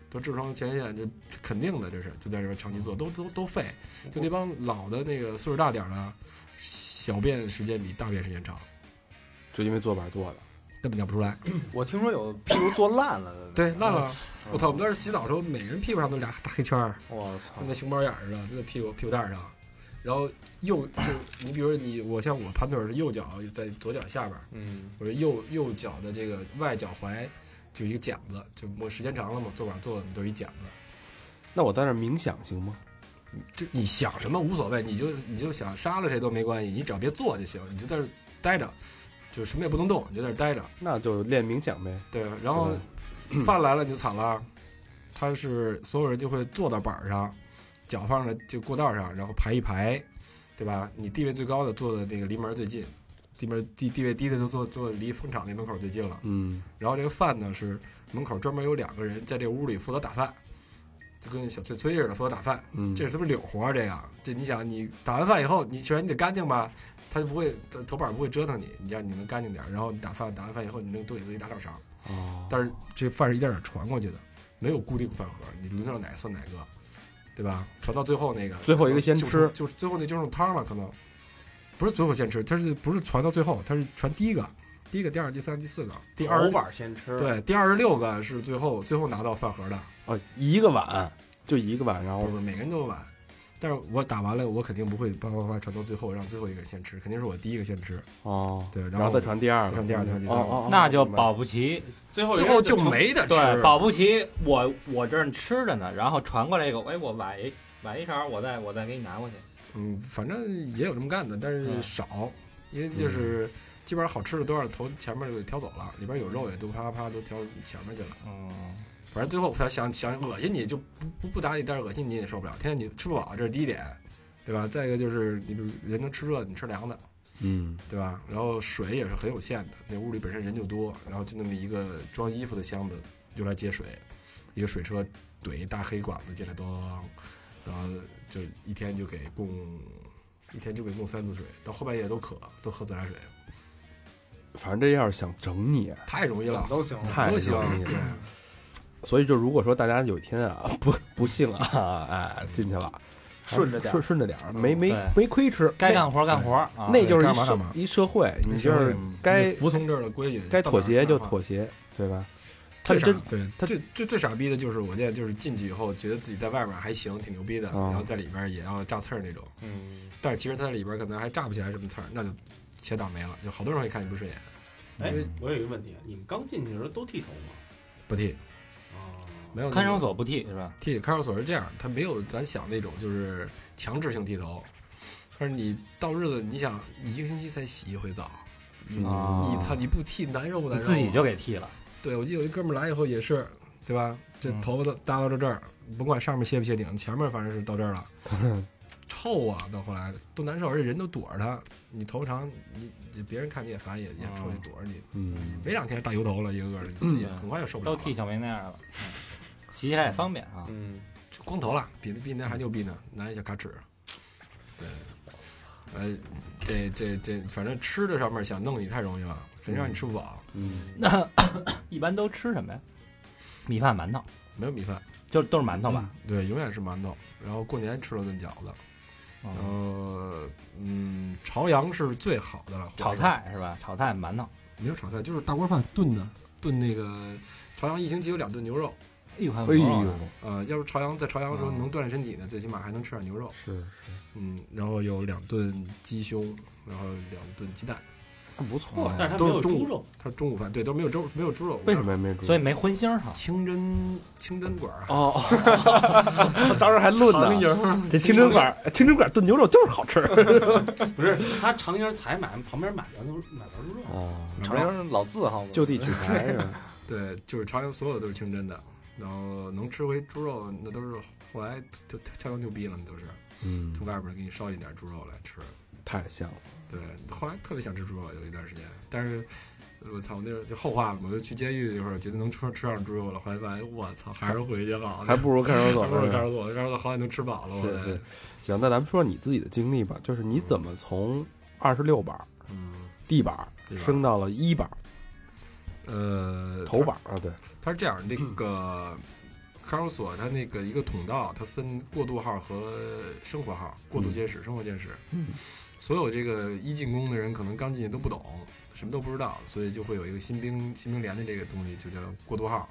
S5: 得痔疮前列腺这肯定的，这是就在这边长期坐，都都都废。就那帮老的那个岁数大点儿的，小便时间比大便时间长，
S2: 就因为坐板坐的，
S5: 根本尿不出来。
S6: 我听说有屁股坐烂了的，嗯
S5: 对，烂了！我操，我们当时洗澡的时候，每人屁股上都俩大黑圈儿，
S6: 我操
S5: 跟！那熊猫眼儿似的，就在屁股屁股蛋儿上。然后右就你比如说你我像我盘腿儿是右脚在左脚下边儿，
S6: 嗯，
S5: 我这右右脚的这个外脚踝就一个茧子，就我时间长了嘛，坐板坐的都是一茧子。
S2: 那我在那儿冥想行吗？
S5: 就你想什么无所谓，你就你就想杀了谁都没关系，你只要别坐就行，你就在这儿待着，就什么也不能动，你就在这儿待着。
S2: 那就练冥想呗，
S5: 对，然后 饭来了你就惨了，他是所有人就会坐到板儿上，脚放在就过道上，然后排一排，对吧？你地位最高的坐的那个离门最近，地门地地位低的就坐坐离风场那门口最近了。
S2: 嗯，
S5: 然后这个饭呢是门口专门有两个人在这屋里负责打饭，就跟小翠翠似的负责打饭。
S2: 嗯，
S5: 这是他妈柳活儿这样，这你想你打完饭以后，你首先你得干净吧，他就不会头板儿不会折腾你，你这样你能干净点儿。然后你打饭打完饭以后，你能多给自己打点勺。
S2: 哦，
S5: 但是这饭是一点点传过去的，没有固定饭盒，你轮到哪个算哪个，对吧？传到最后那个，
S2: 最后一个先
S5: 就
S2: 吃
S5: 就是最后那就剩汤了，可能不是最后先吃，它是不是传到最后，它是传第一个、第一个、第二、第三、第四个，第二
S6: 头
S5: 十
S6: 板先吃，，
S5: 对，第二十六个是最后最后拿到饭盒的，
S2: 哦，一个碗就一个碗，然
S5: 不
S2: 后
S5: 是每个人都有碗，但是我打完了，我肯定不会叭叭叭传到最后，让最后一个人先吃，肯定是我第一个先吃，
S2: 哦，
S5: 对，
S2: 然
S5: 后
S2: 再传第二个，
S5: 传第二个传第三
S2: 哦
S5: 个
S2: 哦哦
S4: 那就
S2: 明白
S4: 保不齐最后
S5: 最
S4: 一
S5: 后
S4: 个
S5: 就
S4: 成
S5: 没得吃。
S4: 对，保不齐我我这儿吃着呢，然后传过来一个，哎，我崴一崴一勺，我再我再给你拿过去。
S5: 嗯，反正也有这么干的，但是
S4: 嗯
S5: 少，因为就是基本上好吃的都让头前面给挑走了，里边有肉也都啪啪啪都挑前面去了。
S4: 嗯，
S5: 反正最后他想想恶心你就不不不打你，但是恶心你也受不了，天天你吃不饱，这是第一点，对吧？再一个就是你比如人能吃热的，你吃凉的，
S2: 嗯
S5: 对吧？然后水也是很有限的，那屋里本身人就多，然后就那么一个装衣服的箱子用来接水，一个水车怼一大黑管子进来，咚，然后就一天就给供一天就给供三次水，到后半夜都渴，都喝自来水，
S2: 反正这要是想整你，
S5: 太容易
S6: 怎么
S5: 了，
S6: 都行。
S2: 太
S5: 都行
S2: 容易，了
S5: 对，
S2: 所以就如果说大家有一天啊 不不幸啊哎进去了，
S6: 顺着点儿
S2: 顺顺着点儿，没没
S4: 对
S2: 没亏吃，
S4: 该
S2: 那
S4: 干活干活啊。
S2: 那就是一
S5: 干嘛干
S2: 社
S5: 嘛
S2: 一社会，你就
S5: 社
S2: 是
S5: 会
S2: 该
S5: 嗯服从这儿的规矩，
S2: 该
S5: 到
S2: 妥
S5: 哪儿
S2: 协就
S5: 说话
S2: 妥协，对吧？他
S5: 最
S2: 是
S5: 傻
S2: 真
S5: 对
S2: 他
S5: 最最最傻逼的就是我现在就是进去以后觉得自己在外面还行，挺牛逼的，
S2: 嗯
S5: 然后在里边也要炸刺儿那种，
S6: 嗯，
S5: 但是其实他在里边可能还炸不起来什么刺儿，那就且倒霉了，就好多人会看你不顺眼，
S3: 哎，我有一个问题，你们刚进去的时候都剃头吗？
S5: 不剃，
S3: 啊，
S5: 没有那种
S4: 看守所不剃是吧？
S5: 剃看守所是这样，他没有咱想那种就是强制性剃头，但是你到日子你想你一个星期才洗一回澡，
S4: 啊
S5: 你操你不剃难受不难受啊？
S4: 自己就给剃了。
S5: 对，我记得有一哥们儿来以后也是，对吧？这
S4: 嗯
S5: 头发都耷拉到这儿，甭管上面歇不歇顶，前面反正是到这儿 了，臭啊！到后来都难受，而且人都躲着他。你头发长，你你别人看你也烦，也也臭，也躲着你。
S2: 嗯，
S5: 没两天大油头了，一个个的，你自己
S4: 哦嗯
S5: 很快就受不了
S4: 都
S5: 了。
S4: 剃小梅那样了，嗯洗起来也方便啊。
S6: 嗯，
S5: 光头了，比比那还牛逼呢，拿一小卡尺。对，呃，这这这，反正吃的上面想弄你太容易了，肯定让你吃不饱。
S4: 嗯那 一般都吃什么呀？米饭、馒头，
S5: 没有米饭，
S4: 就都是馒头吧？
S5: 对，永远是馒头。然后过年吃了顿饺子。
S4: 嗯
S5: 呃，嗯，朝阳是最好的了，
S4: 炒菜是吧？炒菜、馒头。
S5: 没有炒菜，就是大锅饭炖的，炖那个朝阳一星期有两顿牛肉，
S4: 哎呦，还有
S2: 哎
S4: 牛肉
S2: 呦
S4: 呢，
S5: 呃，要是朝阳在朝阳的时候
S4: 嗯
S5: 能锻炼身体呢，最起码还能吃点牛肉，
S2: 是
S5: 嗯，然后有两顿鸡胸，然后两顿鸡蛋，
S2: 不错
S3: 但
S2: 呀
S3: 是，他
S5: 都
S3: 没
S5: 是
S3: 有
S5: 中午
S3: 猪肉，
S5: 他中午饭对都没有粥，没有猪肉，
S2: 为什？么呀没住？
S4: 所以没荤腥儿哈。
S5: 清真清真馆儿，啊
S2: 哦，当时还论
S5: 长
S2: 呢。
S5: 营
S2: 这清真馆儿，清真馆儿炖牛肉就是好吃。
S3: 不是他长宁才买，旁边买的都是买的猪肉。
S2: 哦，
S6: 朝阳老字号嘛，
S2: 就地取材是吧？
S5: 对，就是朝阳所有都是清真的，然后能吃回猪肉，那都是后来就相当牛逼了，那都是
S2: 嗯，
S5: 从外边给你烧一点猪肉来吃。
S2: 太香了。
S5: 对，呃后来特别想吃猪肉，有一段时间，但是呃我操，我那时候就后话了嘛，我就去监狱一会儿，觉得能吃吃上猪肉了，后来发现我操，还是回去好，
S2: 还不如看守所
S5: 还不如
S2: 呢。
S5: 看守所，看守所好歹能吃饱了，我
S2: 是
S5: 得
S2: 是，行，那咱们说说你自己的经历吧，就是你怎么从二十六板儿、
S5: 嗯，
S2: D 板儿
S5: 地板儿
S2: 升到了一板儿、
S5: 呃，
S2: 头板儿啊？对，
S5: 它是这样，那个看守所它那个一个通道，它分过渡号和生活号，过渡监视、生活监视。
S2: 嗯，
S5: 所有这个一进宫的人可能刚进去都不懂，什么都不知道，所以就会有一个新兵新兵连的这个东西，就叫过渡号。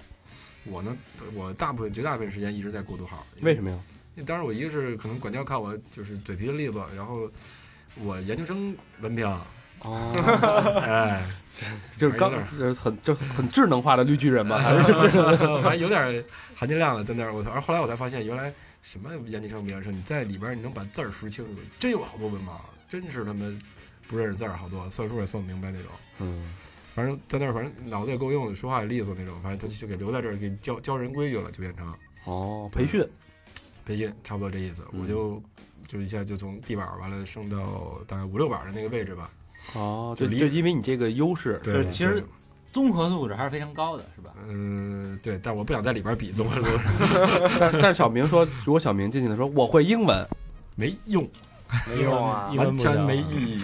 S5: 我呢，我大部分绝大部分时间一直在过渡号，
S2: 为什么呀？
S5: 因为当时我一个是可能管教看我就是嘴皮子利索，然后我研究生文凭，
S2: 哦，
S5: 哎，
S2: 就是刚
S5: 有点儿
S2: 就是很就很很智能化的绿巨 人嘛，还是
S5: 反正有点含金量了，在那儿。我操！而后来我才发现，原来什么研究生、别生，你在里边儿你能把字儿识清楚，真有好多文盲，真是他们不认识字儿好多，算数也算不明白那种。
S2: 嗯
S5: 反正在那儿，反正脑子也够用，说话也利索那种。反正他就给留在这儿，给教教人规矩了，就变成
S2: 哦，培训
S5: 培训，差不多这意思。
S2: 嗯
S5: 我就就一下就从地板儿完了升到大概五六板儿的那个位置吧。
S2: 哦，就
S5: 就离
S2: 就因为你这个优势，
S5: 对，
S4: 其实
S5: 对
S4: 综合素质还是非常高的，是吧？
S5: 嗯，对，但我不想在里边儿比，总而言之
S2: 但但是小明说，如果小明进去了说我会英文，
S5: 没用，
S6: 没用啊
S3: 一，
S5: 完
S3: 文不
S5: 全
S3: 聊
S5: 没意义。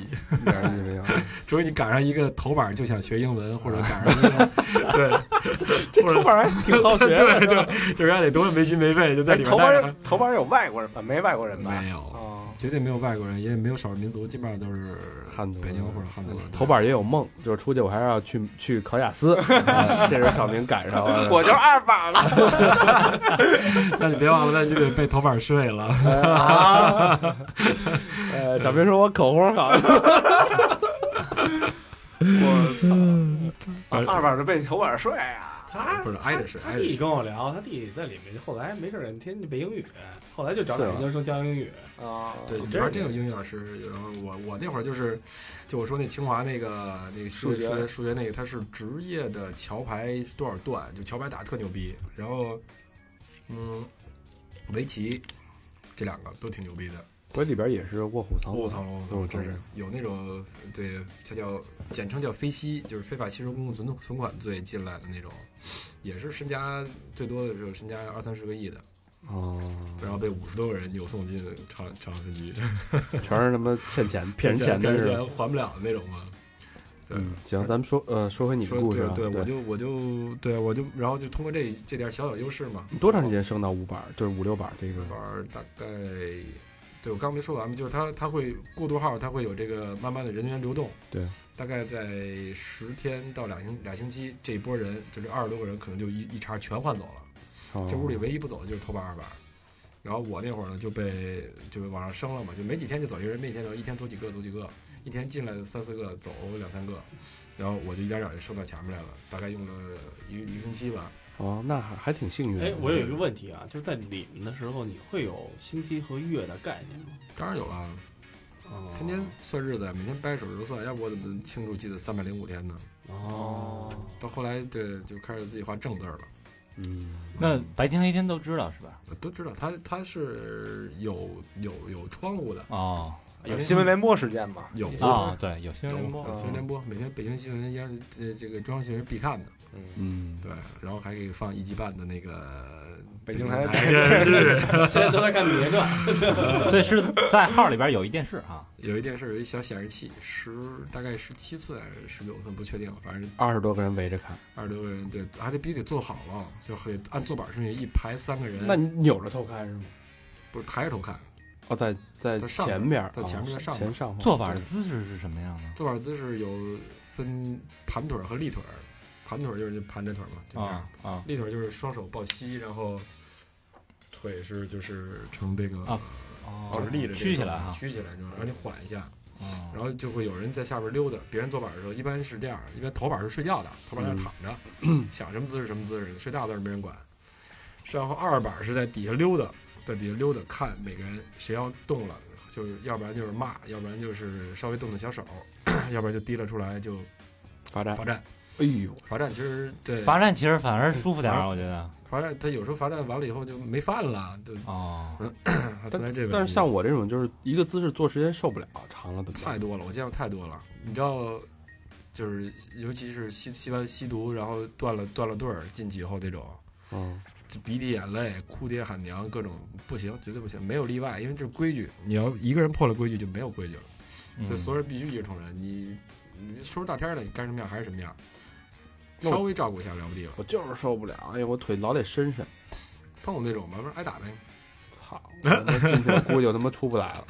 S2: 一点意义没有，
S5: 除非你赶上一个头板儿就想学英文， 或者赶上一个对，或者
S2: 板还挺好学
S5: 对对，就是还得多么没心没肺，就在
S6: 哎
S5: 里边
S6: 头
S5: 待
S6: 班
S5: 着
S6: 呃头班有外国人吧？没外国人吧？
S5: 没有，
S6: 哦，
S5: 绝对没有外国人，也没有少数民族，基本上都是
S2: 汉族
S5: 北京或者汉族人。
S2: 嗯头板也有梦，就是出去我还要去去考雅 思，啊这是小明赶上
S5: 呃
S2: 了。
S6: 我就二板了
S5: 那你别忘了，那你就得被头板睡了。
S2: 啊，呃，小明说我口红好，
S6: 我操，二板就被头板睡啊！
S3: 他
S5: 不是挨着睡
S3: 他
S5: 挨着
S3: 弟
S5: 睡
S3: 跟我聊，他弟在里面后来没事儿，天天背英语，后来就找
S2: 是吗
S3: 点研究生教英语。
S6: 啊，
S5: 对，里
S3: 真
S5: 边
S3: 是
S5: 真有英语老师。然后我我那会儿就是，就我说那清华那个那个数
S6: 数学
S5: 数学数学那个，他是职业的桥牌多少段，就桥牌打特牛逼。然后，嗯，围棋这两个都挺牛逼的。
S2: 所以里边也是卧虎藏
S5: 卧
S2: 龙。
S5: 虎藏龙，
S2: 卧虎藏
S5: 哦真
S2: 龙
S5: 是有那种对，它叫简称叫非吸，就是非法吸收公共存存款罪进来的那种，也是身家最多的时候，身家二三十个亿的，
S2: 哦，
S5: 然后被五十多个人扭送进长长安分局，
S2: 全是他妈欠钱骗人钱的
S5: 骗人
S2: 是
S5: 钱
S2: 吧。
S5: 还不了的那种嘛。对，
S2: 嗯，行，咱们说呃，说回你的
S5: 说
S2: 故事
S5: 对
S2: 啊。
S5: 对，我就我就对我就然后就通过这这点小小优势嘛，
S2: 你多长时间升到五板？就是五六板这个。
S5: 玩儿大概，对我刚没说完嘛，就是它它会过渡号，它会有这个慢慢的人员流动，
S2: 对，
S5: 大概在十天到两星俩星期，这一波人就这二十多个人可能就一一茬全换走了，
S2: 哦
S5: 这屋里唯一不走的就是头把二把。然后我那会儿呢就被就被往上升了嘛，就没几天就走一个人，没几天走一天走几个走几个，一天进来三四个，走两三个，然后我就一点点就升到前面来了，大概用了一个一个星期吧。
S2: 哦，那还还挺幸运
S4: 嗯
S2: 的。
S3: 哎，我有一个问题啊，就是在里面的时候，你会有星期和月的概念吗？
S5: 当然有了，
S3: 哦
S5: 天天算日子，每天掰手指头算，要不我怎么庆祝记得三百零五天呢？
S3: 哦，
S5: 到后来，对，就开始自己画正字儿了。
S2: 嗯，
S4: 那白天黑天都知道是吧？
S5: 我都知道他他是有有有窗户的，
S4: 哦
S6: 有新闻联啊播时间嘛？
S5: 有
S4: 哦，对，有新
S5: 有
S4: 闻联播
S6: 嗯
S5: 有新闻联播，每天北京新闻央这这个中央新闻必看的，
S2: 嗯，
S5: 对，然后还给放一季半的那个
S6: 北京台
S5: 电视，
S3: 现在都在看《芈月传》
S4: 所以是在号里边有一电视啊。
S5: 有一电视有一小显示器，十大概十七寸还是十九寸不确定，反正
S2: 二十多个人围着看，
S5: 二十多个人，对，还得必须得坐好了，就得按坐板顺序一排三个人，
S2: 那你扭着头看是吗？
S5: 不是抬着头看，
S2: 哦，在在
S5: 在上面
S2: 前边儿，
S5: 在前面
S2: 哦
S5: 上面
S2: 前上方
S4: 做法的姿势是什么样的？
S5: 坐板姿势有分盘腿儿和立腿儿，盘腿儿就是盘着腿儿嘛，就这样。
S4: 啊啊
S5: 立腿就是双手抱膝，然后腿是就是成这个
S4: 啊
S5: 呃
S4: 哦
S5: 就是立着这种
S4: 曲起来哈。
S5: 曲起来这种，然后你缓一下，
S4: 哦
S5: 然后就会有人在下边溜达。别人坐板的时候一般是这样，一般头板是睡觉的，头板在那躺着，
S4: 嗯
S5: 想什么姿势什么姿势，睡觉倒是没人管。然后二板是在底下溜达，在底下溜达看每个人谁要动了，就是要不然就是骂，要不然就是稍微动动小手， 要不然就提了出来就
S2: 罚站。
S5: 罚站。
S2: 哎呦，
S5: 罚站其实对
S4: 罚站其实反而舒服点儿，我觉得。
S5: 罚站，他有时候罚站完了以后就没饭了，就
S4: 哦，
S5: 还存在这个。
S2: 但是像我这种就是一个姿势坐时间受不了，长了怎么办
S5: 太多了，我见过太多了。你知道，就是尤其是吸吸完吸毒，然后断了断了队儿进去以后这种，
S2: 嗯，
S5: 就鼻涕眼泪、哭爹喊娘，各种不行，绝对不行，没有例外，因为这是规矩。你要一个人破了规矩就没有规矩了，所以所有人必须一视同仁。你你说说大天儿的，你该什么样还是什么样，
S2: 那我
S5: 稍微照顾一下了不地了。
S2: 我就是受不了，哎呀，我腿老得伸伸，
S5: 碰我那种嘛，不是挨打呗？
S2: 操，我进去我估计我他妈出不来了。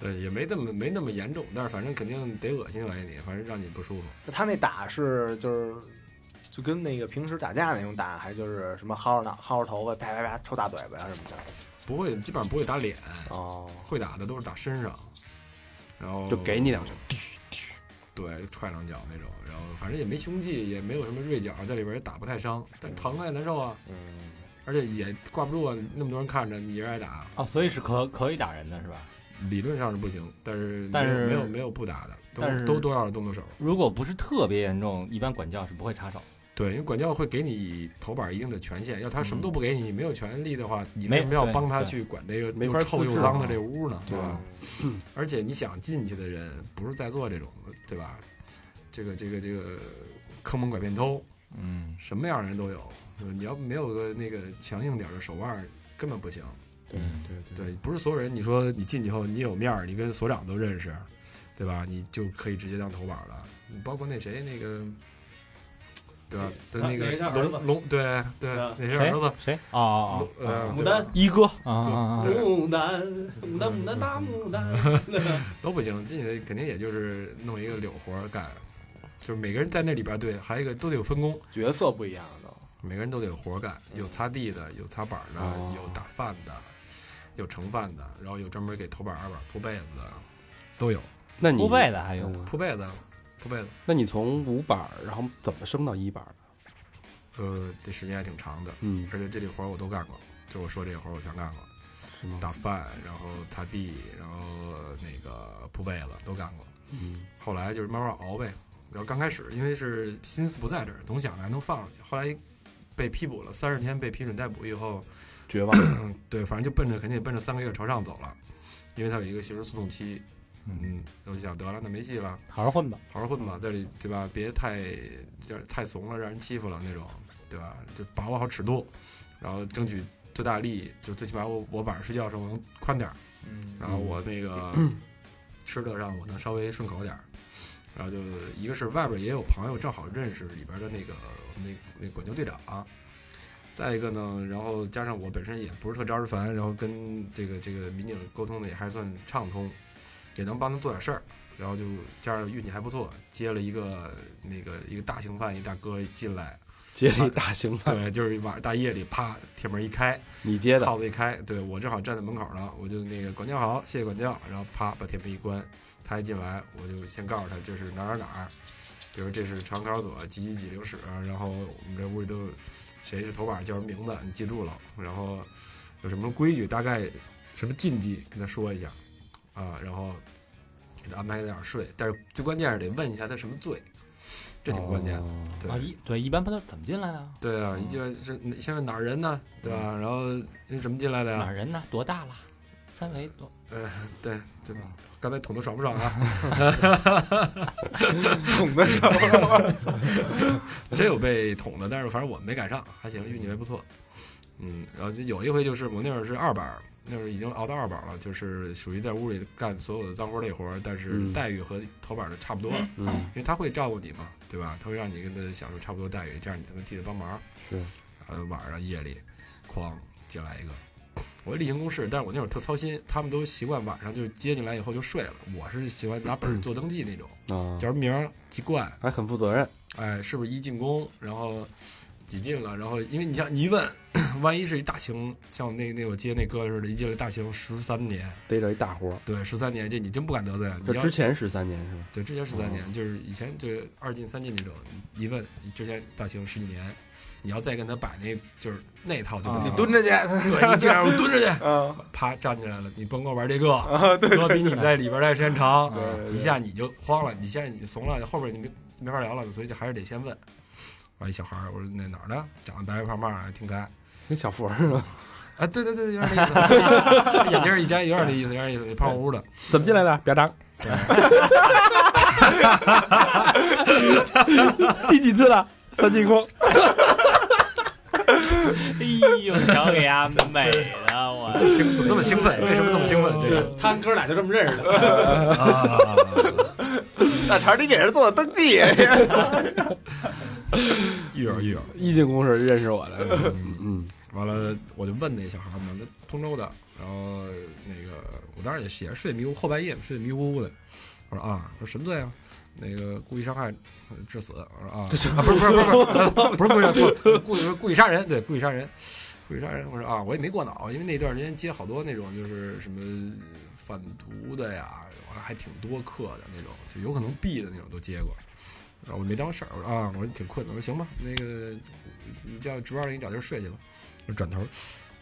S5: 对，也没那么没那么严重，但是反正肯定得恶心恶心你，反正让你不舒服。
S6: 他那打是就是就跟那个平时打架那种打，还就是什么薅着脑薅着头发啪啪啪抽大嘴巴呀什么的。
S5: 不会，基本上不会打脸，
S6: 哦，
S5: 会打的都是打身上，然后
S2: 就给你两拳，
S5: 对，踹两脚那种，然后反正也没凶器，也没有什么锐角，在里边也打不太伤，但是疼啊也难受啊，
S6: 嗯，
S5: 而且也挂不住啊，那么多人看着你一人挨打，
S4: 哦，所以是可可以打人的是吧？
S5: 理论上是不行，但是
S4: 但是
S5: 没有没有没有不打的，
S4: 但是
S5: 都都多少动动手，
S4: 如果不是特别严重，一般管教是不会插手。
S5: 对，因为管教会给你头板一定的权限，要他什么都不给你，你没有权利的话，你为什么
S4: 嗯
S5: 要
S4: 没
S5: 帮他
S4: 对
S5: 去管这个
S2: 没
S5: 又
S2: 法
S5: 臭
S2: 自
S5: 又
S2: 制啊
S5: 脏的
S4: 嘛
S5: 这屋呢，对吧？
S6: 嗯
S5: 而且你想进去的人不是在座这种的，对吧？这个这个这个坑蒙拐骗偷，
S4: 嗯，
S5: 什么样的人都有。对吧你要没有个那个强硬点儿的手腕儿，根本不行。
S2: 对
S4: 嗯
S2: 对对，
S5: 对，不是所有人，你说你进去以后你有面儿，你跟所长都认识，对吧？你就可以直接当头板儿了。你包括那谁那个对吧？
S3: 他
S5: 的那个
S3: 啊那是他儿子
S5: 龙龙，对对
S3: 对，
S5: 那是
S4: 谁
S5: 儿子，
S4: 谁哦哦
S5: 龙呃，
S3: 牡
S5: 对吧
S3: 丹，
S2: 一哥，
S4: 哦啊啊
S5: 对
S3: 牡丹，牡丹，牡丹，大牡丹。
S5: 都不行，进去肯定也就是弄一个柳活儿干，就是每个人在那里边儿对，还有一个都得有分工，
S6: 角色不一样了都。
S5: 每个人都得有活儿干，有擦地的，有擦板儿的，
S2: 哦
S5: 有打饭的，有盛饭的，然后有专门给头板、二板铺被子的，都有
S2: 那
S4: 啊，
S2: 你
S4: 铺被子还有吗？
S5: 铺被子，铺被子，
S2: 哎那你从五板儿，然后怎么升到一板儿的？
S5: 呃，这时间还挺长的，
S2: 嗯，
S5: 而且这类活儿我都干过，就我说这个活儿我全干过，
S2: 是吗？
S5: 打饭，然后擦地，然后那个铺被子都干过。
S2: 嗯，
S5: 后来就是慢慢熬呗。然后刚开始因为是心思不在这儿，总想着还能放出去。后来被批捕了三十天，被批准逮捕以后，
S2: 绝望。
S5: 嗯， 对，反正就奔着肯定也奔着三个月朝上走了，因为他有一个刑事诉讼期。
S4: 嗯，
S5: 嗯，我就想得了，那没戏了，
S4: 好好混吧。
S5: 好好混吧，这里对吧？别太就是太怂了，让人欺负了那种，对吧？就把握好尺度，然后争取最大利益，就最起码我我晚上睡觉的时候我能宽点儿。
S6: 嗯
S5: 然后我那个吃的让我能稍微顺口点儿，然后就一个是外边也有朋友正好认识里边的那个那那管教队长、再一个呢，然后加上我本身也不是特招人烦，然后跟这个这个民警沟通的也还算畅通，也能帮他做点事儿，然后就加上运气还不错，接了一个那个一个大型犯一大哥进来，
S2: 接了一大型饭，
S5: 对，就是晚上大夜里啪铁门一开，
S2: 你接的，
S5: 套子一开，对我正好站在门口呢，我就那个管教好，谢谢管教，然后啪把铁门一关，他一进来，我就先告诉他这是哪儿哪儿哪儿，比如这是长考所几几几流室，然后我们这屋里都有谁是头把叫什么名字，你记住了，然后有什么规矩，大概什么禁忌跟他说一下，啊，然后给他安排在哪儿睡，但是最关键是得问一下他什么罪，这挺关键的。
S2: 哦
S5: 对
S4: 啊，一对一般不都怎么进来的啊？
S5: 对啊，一进来是先问哪儿人呢，对吧？然后那什么进来的呀、
S4: 哪儿人呢？多大了？三围多
S5: 呃，对，对
S4: 嗯
S5: 刚才捅的爽不爽啊？
S6: 捅的时候，
S5: 真有被捅的，但是反正我没赶上，还行，运气还不错。嗯，然后就有一回就是我那会儿是二班儿，那会儿已经熬到二班儿了，就是属于在屋里干所有的脏活累活儿，但是
S2: 嗯
S5: 待遇和头班儿的差不多了，
S2: 嗯，
S5: 因为他会照顾你嘛，对吧？他会让你跟他享受差不多待遇，这样你才能替他帮忙。
S2: 是，
S5: 呃，晚上夜里，哐进来一个，我例行公事，但是我那会儿特操心，他们都习惯晚上就接进来以后就睡了，我是喜欢拿
S2: 嗯
S5: 本儿做登记那种。
S2: 啊，
S5: 叫什么名儿、籍贯，
S2: 还很负责任，
S5: 哎，是不是一进宫，然后几进了，然后因为你像你一问，万一是一大型，像我那那我接那哥似的，一进来大型十三年，
S2: 逮着一大活儿。
S5: 对，十三年，这你真不敢得罪啊。你
S2: 这
S5: 要
S2: 之前十三年是吧？
S5: 对之前十三年，就是以前这个二进三进这种，一问之前大型十几年，你要再跟他摆那就是那套就不
S4: 啊
S5: 行。
S6: 你蹲着去，
S5: 对，你这样我蹲着去，
S6: 嗯，
S5: 啪站起来了，你甭跟我玩这个，哥比你在里边儿待时间长，一下你就慌了，你现在你怂了，后边你没没法聊了，所以就还是得先问。我一小孩儿，我说那哪儿的，长得白白胖胖的，挺可爱。
S2: 跟小佛儿似的。
S5: 啊，对对对，有点那意思， 眼镜儿一摘，有点那意思，有点那意思，胖乎乎的。
S2: 怎么进来的？表 彰。第几次了？三进宫。
S4: 哎呦，小给丫美的我。
S5: 兴 怎么这么兴奋？为什么这么兴奋？这个
S3: 他哥俩就这么认识的。
S6: 大肠你给人做的登记，
S5: 育儿育儿。
S2: 一进宫是认识我的。嗯
S5: 完了，我就问那小孩儿嘛，那通州的，然后那个我当时也是也是睡迷糊，后半夜睡迷糊糊的，我说啊，我说什么罪啊？那个故意伤害呃致死，我说啊，啊不是不是不是不是故意杀错，故意故意杀人，对，故意杀人，故意杀人。我说啊，我也没过脑，因为那段时间接好多那种就是什么贩毒的呀，完了还挺多课的那种，就有可能毙的那种都接过。然后我没当事儿，我说啊，我说挺困的，我说行吧，那个你叫值班的给你找地儿睡去吧。我转头，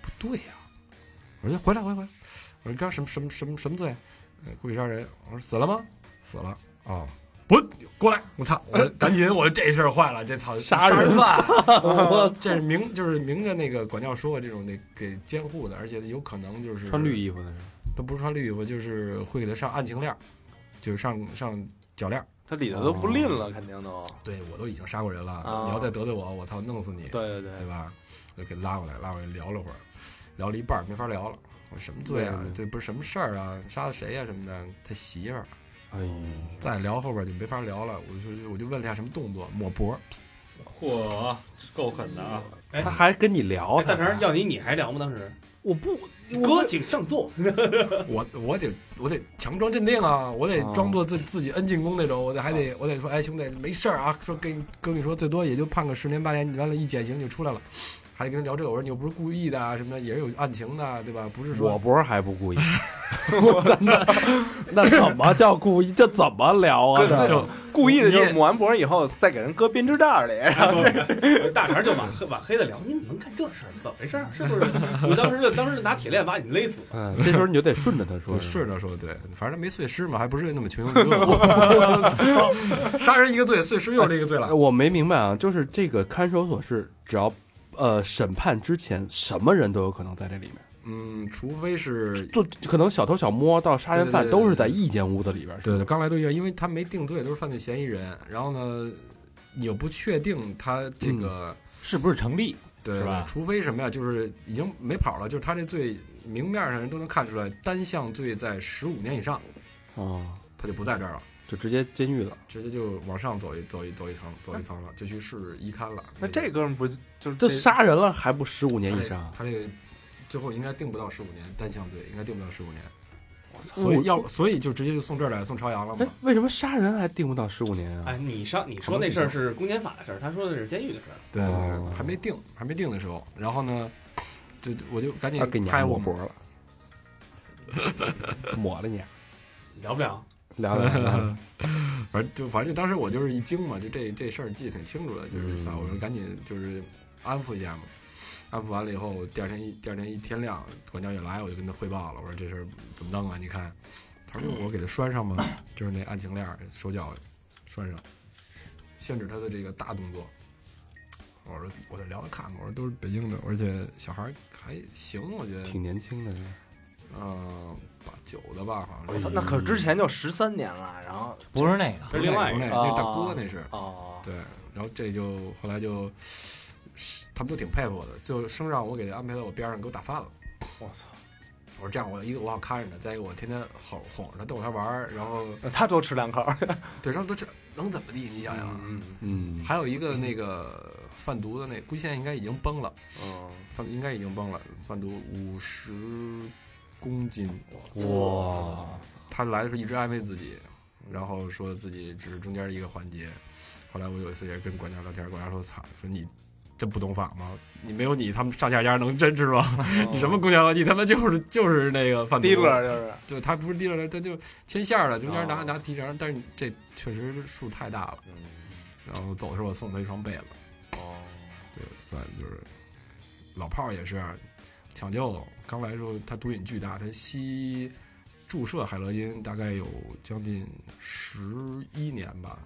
S5: 不对呀、我说回来回来回来，我说刚什么什么什么什么罪？呃，故意杀人。我说死了吗？死了。哦，滚过来！我操！我赶紧，我这事儿坏了，这操杀人犯！ 我这是明就是明着那个管教说这种得给监护的，而且有可能就是
S2: 嗯，穿绿，衣服的是吧。
S5: 他不是穿绿衣服，就是会给他上案情链儿，就是上上脚链儿。
S6: 他里头都不吝了，肯定都。
S5: 对我都已经杀过人了，
S6: 啊
S5: 你要再得罪我，我操，弄死你！
S6: 对对对
S5: 对吧？我就给拉过来，拉过来聊了会儿，聊了一半儿没法聊了。我说什么罪啊
S2: 嗯？
S5: 这不是什么事儿啊？杀的谁呀、什么的？他媳妇儿。
S2: 哎呦，
S5: 再聊后边就没法聊了。我就我就问了一下什么动作，抹脖儿，
S4: 嚯，够狠的啊！
S3: 哎
S2: 他还跟你聊，
S3: 哎大
S2: 他
S3: 肠要你你还聊吗？当时
S2: 我不
S3: 哥，请上座。
S5: 我我得我得强装镇定啊，我得
S2: 啊
S5: 装作自自己恩进攻那种，我得还得我得说，哎兄弟没事儿啊，说跟你跟你说最多也就判个十年八年，你完了一减刑就出来了，还得跟他聊这个，我说你又不是故意的啊，什么的也是有案情的，啊对吧？不是
S2: 我
S5: 说
S2: 不是还不故意，那那怎么叫故意？这怎么聊啊？
S6: 各
S2: 这
S5: 就
S6: 故意的，就是
S5: 你
S6: 抹完脖以后再给人搁编织袋里， 然后
S3: 大肠就往黑往黑了聊，你怎么能干这事儿？怎么回事儿？是不是？ 我当时就当时拿铁链把你勒死。
S2: 嗯，这时候你就得顺着他说，
S5: 就顺着说，对，反正没碎尸嘛，还不是那么穷凶 极恶。杀人一个罪，碎尸又是一个罪
S2: 哎
S5: 了。
S2: 我没明白啊，就是这个看守所是只要呃审判之前，什么人都有可能在这里面，
S5: 嗯，除非是
S2: 就可能小偷小摸到杀人犯
S5: 对对对对
S2: 都是在一间屋子里边，是
S5: 对
S2: 吧
S5: 对，刚来都一样，因为他没定罪，都是犯罪嫌疑人。然后呢，你又不确定他这个、
S4: 是不是成立？
S5: 对
S4: 是吧
S5: 对除非什么呀，就是已经没跑了，就是他这罪明面上人都能看出来，单项罪在十五年以上，
S2: 啊，
S5: 他就不在这儿了，
S2: 就直接监狱了。
S5: 直接就往上走一走一走一层走一层了，就去市一看了。
S6: 那这哥们不就是
S2: 这
S6: 这
S2: 杀人了还不十五年
S5: 他
S2: 以
S5: 这
S2: 上？
S5: 他这个最后应该定不到十五年，单项罪应该定不到十五年。所以要所以就直接就送这儿来，送朝阳了嘛
S2: 哎。，为什么杀人还定不到十五年啊？
S3: 哎，你上你说那事儿是公检法的事儿，他说的是监狱的事儿。
S5: 对
S2: 哦
S5: 还没定，还没定的时候，然后呢，就我就赶紧
S2: 二给你
S5: 拍
S2: 还
S5: 我
S2: 抹脖
S5: 们
S2: 了，抹了 你，啊
S3: 聊不聊？
S2: 聊 聊。
S5: 反正就反正当时我就是一惊嘛，就这这事儿记得挺清楚的，就是啥，我说赶紧就是安抚一下嘛。安抚完了以后，第二天一第二天一天亮，管教也来，我就跟他汇报了，我说这事儿怎么弄啊？你看，他说我给他拴上嘛，就是那案情链儿手脚拴上，限制他的这个大动作。我说我就聊着看过，我说都是北京的，而且小孩儿还行，我觉得，
S2: 挺年轻的，
S5: 嗯，八九的吧，好像
S6: 我
S5: 是
S6: 操，那可之前就十三年了，然后
S4: 不是那个，
S3: 这是另外一
S5: 不
S3: 个
S5: 是那
S6: 个
S5: 那大哥那是，
S6: 哦，
S5: 对，然后这就后来就，他们都挺佩服我的，就生让我给他安排到我边上给我打饭了。
S6: 我操，
S5: 我说这样，我一个我好看着他，再一个我天天哄哄着他逗他玩儿，然后
S6: 他多吃两口，
S5: 对，然后都这能怎么地？你想想啊，
S6: 嗯
S2: 嗯，
S5: 还有一个那个贩毒的那个，估计现在应该已经崩了，
S6: 嗯，
S5: 贩应该已经崩了，贩毒五十公斤，
S2: 哇，
S5: 他来的时候一直安慰自己，然后说自己只是中间一个环节。后来我有一次也跟管家聊天，管家说：“操，说你真不懂法吗？你没有你，他们上下家能真是吗？你 什么公家？你他妈就是就是那个贩毒
S6: 提了就是，
S5: 对他不是提了，他就牵线了，中间拿、
S6: 哦
S5: 拿提成，但是这确实数太大了。
S6: 嗯，
S5: 然后走的时候我送他一双被子，
S6: 哦，
S5: 对，算就是老炮儿也是抢救，刚来的时候他毒瘾巨大，他吸注射海洛因大概有将近十一年吧，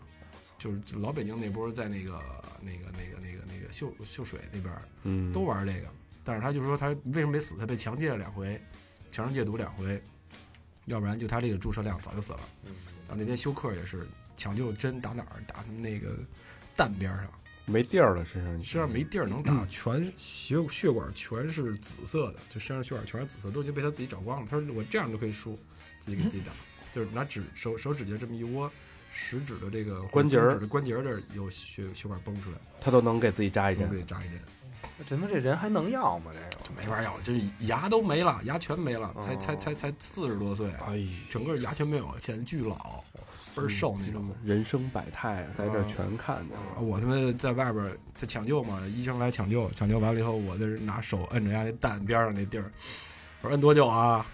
S5: 就是老北京那波儿在那个那个那个那个那个秀秀水那边儿
S2: 嗯，
S5: 都玩这个，但是他就说他为什么没死，他被强戒了两回，强制戒毒两回，要不然就他这个注射量早就死了。
S6: 嗯
S5: 然后那天休克也是抢救针打哪儿打那个蛋边儿上。
S2: 没地儿了，身上
S5: 身上没地儿能打，全血血管全是紫色的，就身上血管全是紫色，都已经被他自己找光了。他说我这样就可以输，自己给自己打，就是拿指手手指甲这么一窝，食指的这个
S2: 关节儿
S5: 中指的关节儿这儿有血血管崩出来，
S2: 他都能给自己扎一针
S5: 总。得扎一针，
S6: 那他妈这人还能要吗？这个
S5: 就没法要了，就是牙都没了，牙全没了，才
S6: 哦
S5: 才才才四十多岁，啊
S2: 哎呦，哦
S5: 整个牙全没有，显得巨老，倍儿瘦那种。
S2: 人生百态啊，在这儿全看见了。
S5: 我他妈在外边儿在抢救嘛，医生来抢救，抢救完了以后，我在这拿手摁着人家那蛋边上那地儿，我说摁多久啊？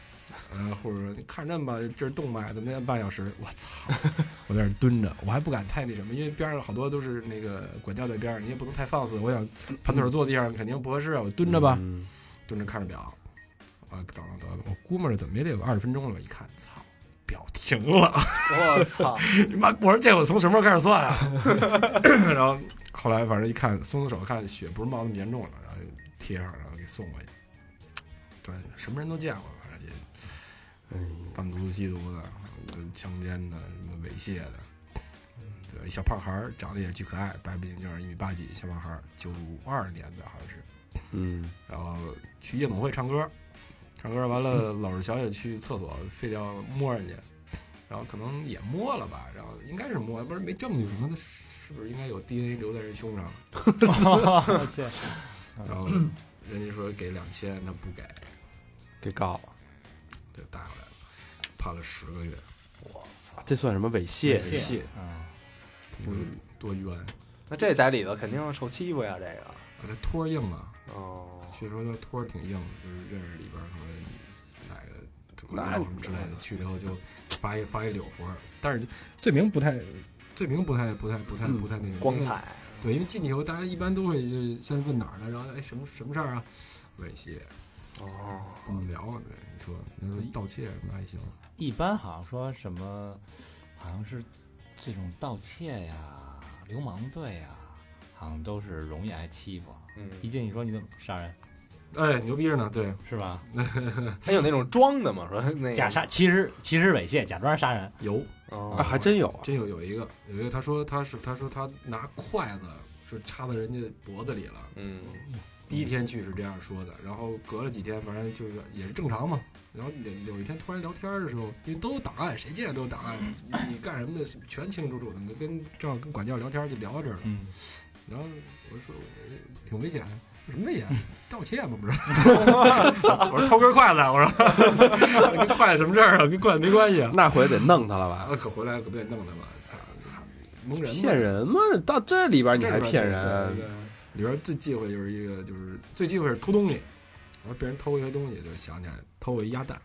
S5: 嗯，护士说你看着摁吧，这是动脉，怎么摁半小时？我操！ 我在那儿蹲着，我还不敢太那什么，因为边上好多都是那个管教在边上，你也不能太放肆。我想盘腿坐地上肯定不合适啊，我蹲着吧，
S2: 嗯
S5: 蹲着看着表，啊，等等等等，我估摸着怎么也得有个二十分钟了吧，一看，操，表停了。
S6: 我 操，
S5: 你妈！我说这我从什么时候开始算啊？ 然后后来反正一看，松松手看血不是冒那么严重了，然后贴上，然后给送过去。对，什么人都见过，反正也贩毒、吸毒的、嗯强奸的、什么猥亵的。对，一小胖孩儿长得也巨可爱，白不净净，一米八几，小胖孩儿，九二年的好像是。
S2: 嗯，
S5: 然后去夜总会唱歌，唱歌完了，老是小姐去厕所非得要摸人家，然后可能也摸了吧，然后应该是摸，不是没证据，可能是不是应该有 DNA 留在人胸上？
S4: 这
S5: 然后人家说给两千，他不给，
S2: 给告了，
S5: 就带回来了，判了十个月，
S2: 这算什么猥亵？
S5: 猥亵
S4: 嗯，
S5: 多多冤！
S6: 那这在里头肯定受欺负呀，这个。
S5: 把他托硬啊，
S6: 哦，
S5: 据说他托儿挺硬的，就是认识里边儿可能哪个国家什么之类的，去了以后就发一发一柳活儿，但是罪名不太，罪名不太不太不太不太那个
S6: 嗯光。彩，
S5: 对，因为进去以后大家一般都会就先问哪儿的，然后哎什么什么事儿啊，猥亵，
S6: 哦，
S5: 不能聊啊，对你说你
S6: 嗯
S5: 说盗窃什么还行，
S4: 一般好像说什么，好像是这种盗窃呀、流氓罪呀，好像都是容易挨欺负。
S6: 嗯，
S4: 一进去说你怎么杀人
S5: 哎牛逼着呢，对，
S4: 是吧？
S6: 还有那种装的嘛，说那个
S4: 假，
S2: 嗯
S4: 杀，其实其实猥亵，假装杀人。
S5: 有
S2: 啊，
S6: 哦，
S2: 还真有啊！
S5: 真有有一个有一个他说他是他说他拿筷子是插到人家脖子里了。
S6: 嗯，
S5: 第一天去是这样说的，然后隔了几天，反正就是也是正常嘛。然后有有一天突然聊天的时候，因为都有档案，谁进来都有档案，你你干什么的全清楚楚的。跟正好跟管教聊天就聊到这儿了，
S4: 嗯，
S5: 然后我就说我挺危险，什么危险？盗窃吗？不是， 我说偷根筷子，啊我说 跟筷子什么事儿啊？跟筷子没关系啊。
S2: 那回得弄他了
S5: 啊
S2: 吧？，
S5: 可回来可不得弄他吗？操，蒙人吗
S2: 骗人吗？到这里哎边你还骗
S5: 对对
S2: 人？
S5: 对里边最忌讳就是一个，就是最忌讳是偷东西。然后别人偷一个东西，就想起来偷我一鸭蛋。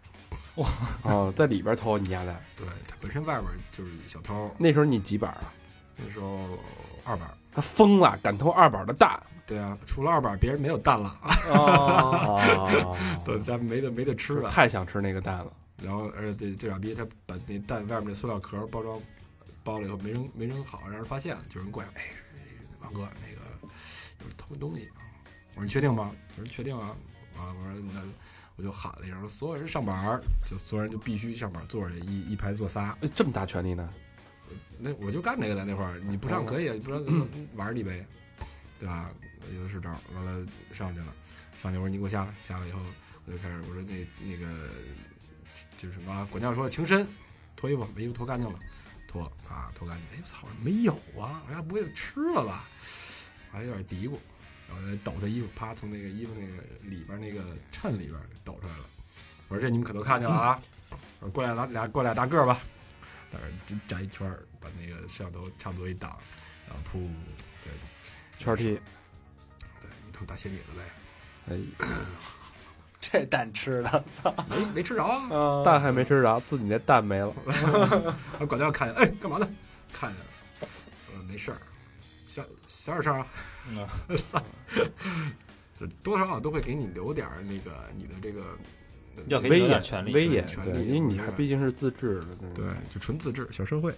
S2: 哦，在里边偷你丫的。
S5: 对他本身外边就是小偷，
S2: 那时候你几板啊？
S5: 那时候二板。
S2: 他疯了，敢偷二板的蛋。
S5: 对啊，除了二板，别人没有蛋了，
S6: 哦，
S2: 哦，
S5: 对，咱没得没得吃了。
S2: 太想吃那个蛋了。
S5: 然后而且这这傻逼他把那蛋外面那塑料壳包装包了以后没扔没扔好，让人发现了，就有人过来，哎，王哥那个有人偷东西。啊我说你确定吗？我说确定啊。啊，我说那我就喊了一声，说所有人上板儿，就所有人就必须上板儿坐着，一一排坐仨。
S2: 哎这么大权力呢？
S5: 那我就干这个的那会儿，你不上可以，你不上咱们玩你呗，对吧？我就是招儿，完了上去了，上去我说你给我下来，下来以后我就开始我说那那个就是什么啊管教说情深，脱衣服把衣服脱干净了，脱啊脱干净，哎我操没有啊，我家不会吃了吧？还有点嘀咕，然后抖他衣服，啪从那个衣服那个里边那个衬里边给抖出来了，我说这你们可都看见了啊，我说过来拿俩过来俩大个儿吧。但是真站一圈儿，把那个摄像头差不多一挡，然后噗，对
S2: 圈儿踢，
S5: 对，一通大血给了呗，
S2: 哎，
S6: 这蛋吃的，操，
S5: 没没吃着啊。
S6: 嗯
S2: 蛋还没吃着，自己那蛋没了。
S5: 然后管教看见，哎，干嘛呢？看见了，我说没事儿，小小点声啊。操嗯 就多少都会给你留点儿那个你的这个
S4: 要给你
S2: 威
S4: 有点
S2: 严，
S4: 权利，
S2: 威严，
S5: 权
S2: 对，
S5: 力
S2: 因为你
S5: 对
S2: 还毕竟是自制的，
S5: 对，就纯自治小社会。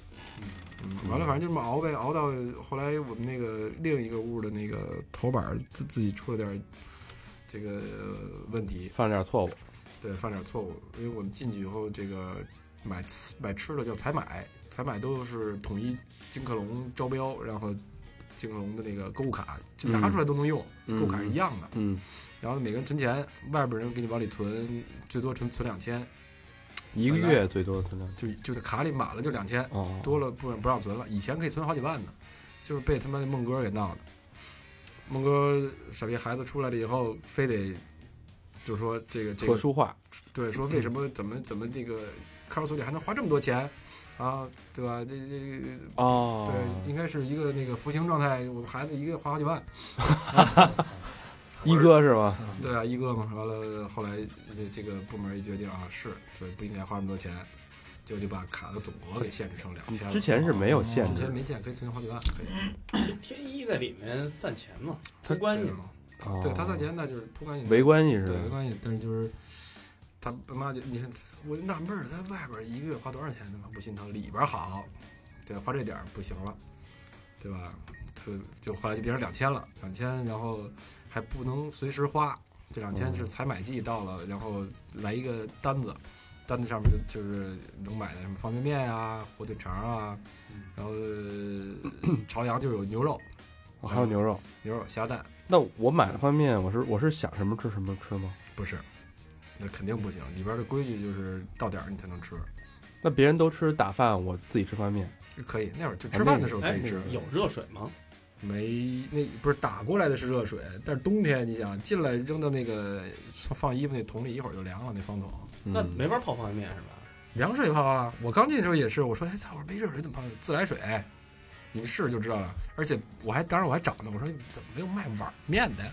S5: 嗯，完了，反正就这么熬呗，熬到后来我们那个另一个屋的那个头板儿自自己出了点儿这个呃问题，
S2: 犯了点错误，
S5: 对，犯点错误，因为我们进去以后，这个买吃买吃的叫采买，采买都是统一金客隆招标，然后金客隆的那个购物卡，就拿出来都能用，
S2: 嗯
S5: 购物卡是一样的。
S2: 嗯，
S5: 然后每个人存钱，外边人给你往里存，最多存存两千，
S2: 一个月最多可能
S5: 就就在卡里满了就两千，
S2: 哦，
S5: 多了不不让存了。以前可以存好几万呢，就是被他妈的孟哥给闹的。孟哥傻逼孩子出来了以后，非得就说这个这个
S2: 特殊化，
S5: 对，说为什么怎么怎么这个看守所里还能花这么多钱啊？对吧？这这这
S2: 哦
S5: 对，应该是一个那个服刑状态，我们孩子一个月花好几万，
S2: 一哥是吧？
S5: 对啊，一哥嘛。完了，后来这这个部门一决定啊，是所以不应该花那么多钱，就就把卡的总额给限制成两千了。啊
S2: 之前是没有限
S5: 之
S2: 制
S5: 前没限，可以存好几万，可以。
S3: 天一在里面散钱嘛，
S5: 他
S3: 没关系
S5: 对
S3: 嘛，
S2: 哦
S5: 对他算钱，那就是不关系。
S2: 没关系是
S5: 对，没
S2: 吧？
S5: 关系，但是就是他他妈就你看，我就纳闷儿了，他外边一个月花多少钱，他妈不心疼，里边好，对，花这点儿不行了，对吧？他就后来就变成两千了，两千，然后还不能随时花，这两千
S2: 嗯
S5: 是采买季到了，然后来一个单子，单子上面就就是能买的什么方便面啊、火腿肠啊，
S2: 嗯
S5: 然后呃朝阳就有牛肉、
S2: 哦还有牛肉，
S5: 牛肉虾蛋，
S2: 那我买的方面，我是我是想什么吃什么吃吗？
S5: 不是，那肯定不行，里边的规矩就是到点儿你才能吃。
S2: 那别人都吃打饭，我自己吃方便面，
S5: 可以，那会儿就吃饭的时候可
S3: 哎
S5: 以吃。，
S3: 有热水吗？
S5: 没那不是打过来的是热水，但是冬天你想进来扔到那个放衣服那桶里，一会儿就凉了那方桶。
S3: 嗯那
S2: 嗯
S3: 没法泡方便面是吧？
S5: 凉水泡啊！我刚进的时候也是，我说哎，操，我说没热水怎么泡？自来水，你们试就知道了。而且我还当时我还找呢，我说怎么没有卖碗面的？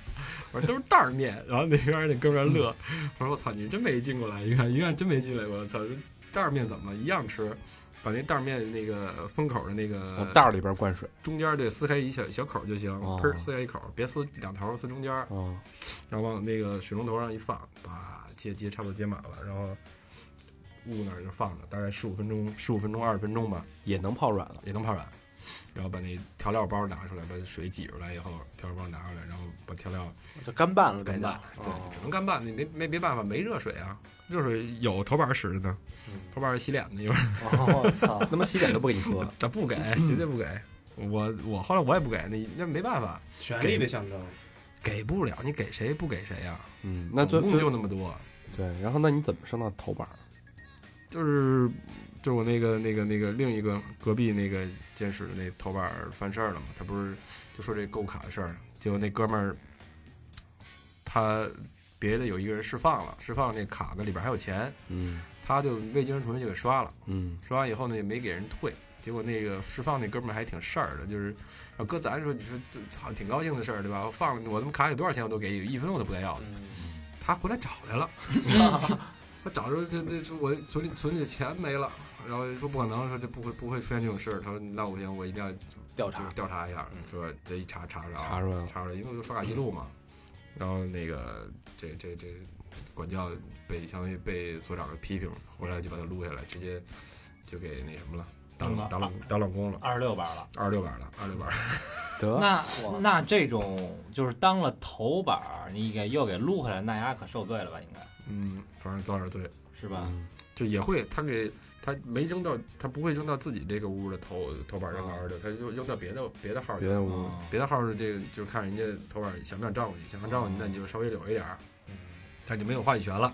S5: 我说都是袋儿面。然后那边那哥们儿乐，我说我操，你真没进过来，一看一看真没进来过，我操，这袋儿面怎么了？一样吃，把那袋儿面那个封口的那
S2: 往
S5: 个
S2: 哦袋儿里边灌水。
S5: 中间得撕开一小小口儿就行，
S2: 哦
S5: 砰、撕开一口儿，别撕两头儿，撕中间儿，
S2: 啊，
S5: 然后往那个水龙头上一放，把接接差不多接满了，然后捂那儿就放着，大概十五分钟、十五分钟、二十分钟吧，
S2: 也能泡 软了。
S5: 也能泡软。然后把那调料包拿出来，把水挤出来以后，调料包拿出来，然后把调料
S6: 就干拌了嗯呗，
S5: 干拌，
S6: 就
S5: 对，就只能干拌，你没没没办法，没热水啊，热水有头板使的呢，头板洗脸的一会儿，
S6: 哦，我操！
S2: 那么洗脸都不给你喝，
S5: 咱不 给，绝对不给。我我后来我也不给，那那没办法，
S3: 权力的象征。
S5: 给不了，你给谁不给谁呀、
S2: 嗯，那最
S5: 总共
S2: 最
S5: 就那么多，
S2: 对，然后那你怎么升到头板儿？
S5: 就是就是我那个那个那个另一个隔壁那个监室的那头板儿犯事儿了嘛，他不是就说这购物卡的事儿，结果那哥们儿他别的有一个人释放了，释放那卡的里边还有钱，
S2: 嗯
S5: 他就未经同意就给刷了，
S2: 嗯，
S5: 刷完以后呢也没给人退。结果那个释放那哥们儿还挺事儿的，就是，要搁咱说，你说这操，挺高兴的事儿，对吧？我放了我他妈卡里多少钱我都给，一分我都不带要的。
S6: 嗯
S5: 他回来找来了，他找着这这这我存里存里的钱没了，然后说不可能，说这不会不会出现这种事儿。他说那不行，我一定要
S6: 调
S5: 就是
S6: 查
S5: 调查一下，说这一查查着
S2: 查出来了
S5: 查出来，因为我有刷卡记录嘛。然后那个这这这管教被相当于被所长批评，回来就把他撸下来，直接就给那什么了，打
S4: 弄了
S5: 冷打冷打冷宫了，
S4: 二十六板了。
S5: 二十六板了，二十六板。
S2: 得
S4: 那那这种就是当了头板儿，你给又给撸回来，那丫可受罪了吧？应该
S5: 嗯，反正遭点罪。
S4: 是吧？
S2: 嗯
S5: 就也会，他给他没扔到，他不会扔到自己这个屋的头头板扔到二六，他就扔到别的别的号去
S2: 别。的屋
S4: 嗯
S5: 别的号是这个，就是看人家头板想不想照顾你，想不想照顾你，那你就稍微留一点儿，他就没有话语权了。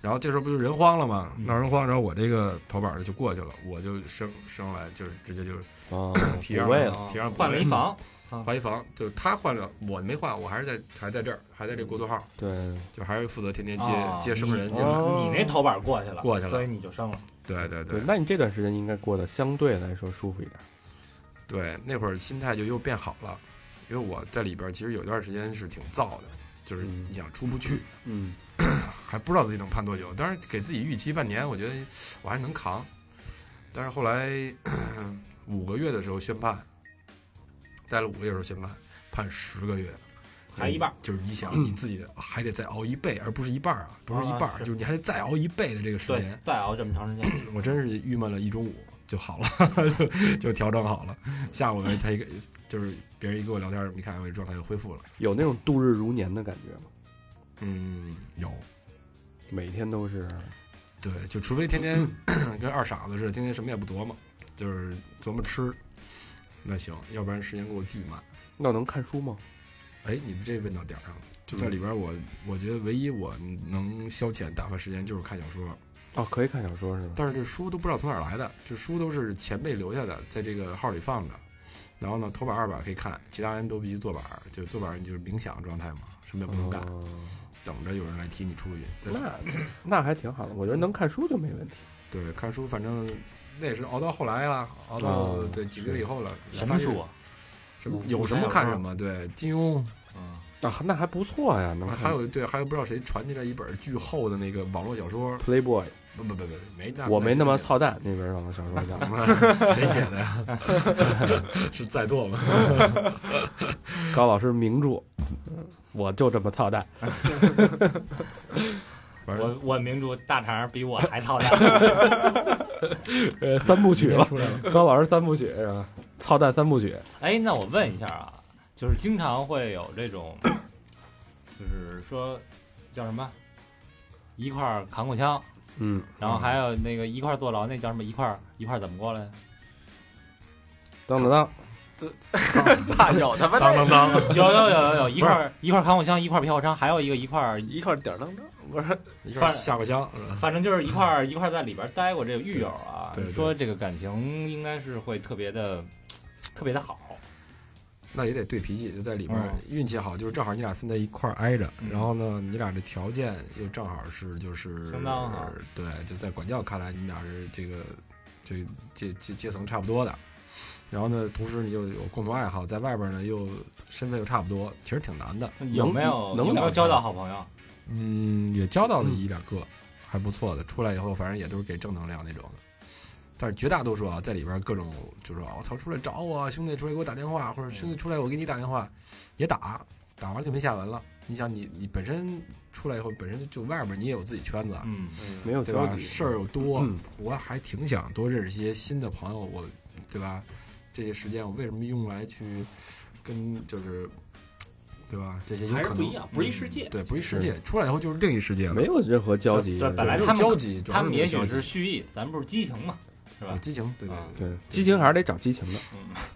S5: 然后这时候不就人慌了吗？闹人慌，然后我这个头板就过去了，我就升升来，就是直接就是
S2: 啊，
S5: 提上
S2: 补位
S5: 了
S2: 了，
S5: 提上补
S4: 换了
S5: 位
S4: 一房，
S5: 换一房，就是他换了，我没换，我还是在还在这儿，还在这过渡号，
S2: 对，
S5: 就还是负责天天接
S4: 哦
S5: 接生人
S4: 你
S5: 进来。
S4: 你那头板儿过去了，
S5: 过去了
S4: 所以你就升了。
S5: 对对对
S2: 对，，那你这段时间应该过得相对来说舒服一点。
S5: 对，那会儿心态就又变好了，因为我在里边儿其实有段时间是挺燥的，就是
S2: 嗯
S5: 你想出不去，
S2: 嗯，
S5: 还不知道自己能判多久。当然给自己预期半年，我觉得我还能扛。但是后来嗯五个月的时候宣判，待了五个月的时候宣判，判十个月，哎
S4: 还一半儿
S5: 就是 你想你自己还得再熬一倍，而不是一半儿啊，不是一
S4: 啊
S5: 半儿，
S4: 是
S5: 就是你还得再熬一倍的这个时
S4: 对
S5: 间，，
S4: 再熬这么长时 间，
S5: 我真是郁闷了一中午就好了， 就就调整好了。下午他一个就是别人一跟我聊天，一看我这状态就恢复了。
S2: 有那种度日如年的感觉吗？
S5: 嗯，有
S2: 每天都是
S5: 对，就除非天 天跟二傻子似的，天天什么也不琢磨，就是琢磨吃，那行，要不然时间给我巨满。
S2: 那能看书吗？
S5: 哎，你们这问到点儿上了，就在里边我，我觉得唯一我能消遣打发时间就是看小说。
S2: 哦，可以看小说是吧？
S5: 但是这书都不知道从哪儿来的，这书都是前辈留下的，在这个号里放着。然后呢，头版二版可以看，其他人都必须坐板儿，就坐板儿你就是冥想状态嘛，什么也不能干，
S2: 哦
S5: 等着有人来踢你出去。嗯对吧
S2: 那那还挺好的，我觉得能看书就没问题。
S5: 对，看书反正那也是熬到后来了，熬到、
S2: 哦
S5: 对几个月以后了。
S4: 什么书
S5: 发
S4: 啊？
S5: 现？什么有什么看什么？对，金庸，
S2: 啊，那还不错呀，能看
S5: 还有对，还有不知道谁传进来一本巨厚的那个网络小说，
S2: Playboy，
S5: 不不不不，没那
S2: 我没那么
S5: 操。
S2: 操蛋那边网络小说叫
S5: 谁写的呀？ 是在座吗？
S2: 高老师名著，我就这么操蛋。
S5: 反正
S4: 我我明珠大肠比我还操 蛋，
S2: 呃，三部曲了，高老师三部曲是吧？操蛋三部曲，
S4: 哎，那我问一下啊，就是经常会有这种， 就是说叫什么，一块儿扛过枪，
S2: 嗯，
S4: 然后还有那个一块儿坐牢，那叫什么？一块儿一块儿怎么过来？
S2: 当当当，
S6: 操，有他妈
S5: 当
S6: 的
S5: 当当，
S4: 有有有有有，一块儿一块儿扛火枪，一块儿嫖火娼，还有一个一块儿
S6: 一块儿点儿当当，不是
S5: 一块儿下过乡是吧？
S4: 反正就是一块儿一块儿在里边儿待过这个狱友啊
S5: 对对，对
S4: 说这个感情应该是会特别的特别的好，
S5: 那也得对脾气，就在里边儿
S4: 嗯
S5: 运气好，就是正好你俩分在一块儿挨着，
S4: 嗯
S5: 然后呢，你俩的条件又正好是就是
S4: 相当好
S5: 对，就在管教看来，你们俩是这个这个阶阶阶层差不多的。然后呢，同时你又有共同爱好，在外边儿呢又身份又差不多，其实挺难的。
S4: 有没有
S2: 能
S4: 有没
S2: 聊
S4: 有
S2: 吗
S4: 交到好朋友？
S5: 嗯，也交到了一两个，
S3: 嗯
S5: 还不错的。出来以后，反正也都是给正能量那种的。但是绝大多数啊，在里边各种就是我操，出来找我啊，兄弟出来给我打电话，或者兄弟出来我给你打电话，也打，打完就没下文了。你想你，你本身出来以后，本身就外边你也有自己圈子，
S4: 嗯，
S2: 没有
S5: 对
S2: 交
S5: 吧？
S2: 集，
S5: 事儿又多，
S2: 嗯
S5: 我还挺想多认识一些新的朋友，我对吧？这些时间我为什么用来去跟就是对吧？这些有
S3: 还是
S5: 可
S3: 不
S5: 能
S3: 一样，不是一世界。
S5: 对，不是世界，出来以后就是另一世界了。
S2: 没有任何交集。
S4: 对本来
S5: 就
S4: 他
S5: 是
S4: 们
S5: 交集，主要
S4: 他们也
S5: 交
S4: 许
S5: 集嗯
S4: 是蓄意，咱们不是激情嘛，是
S5: 有
S4: 吧？
S5: 激情，对对
S4: 啊
S5: 对，
S2: 对激情还是得找激情的，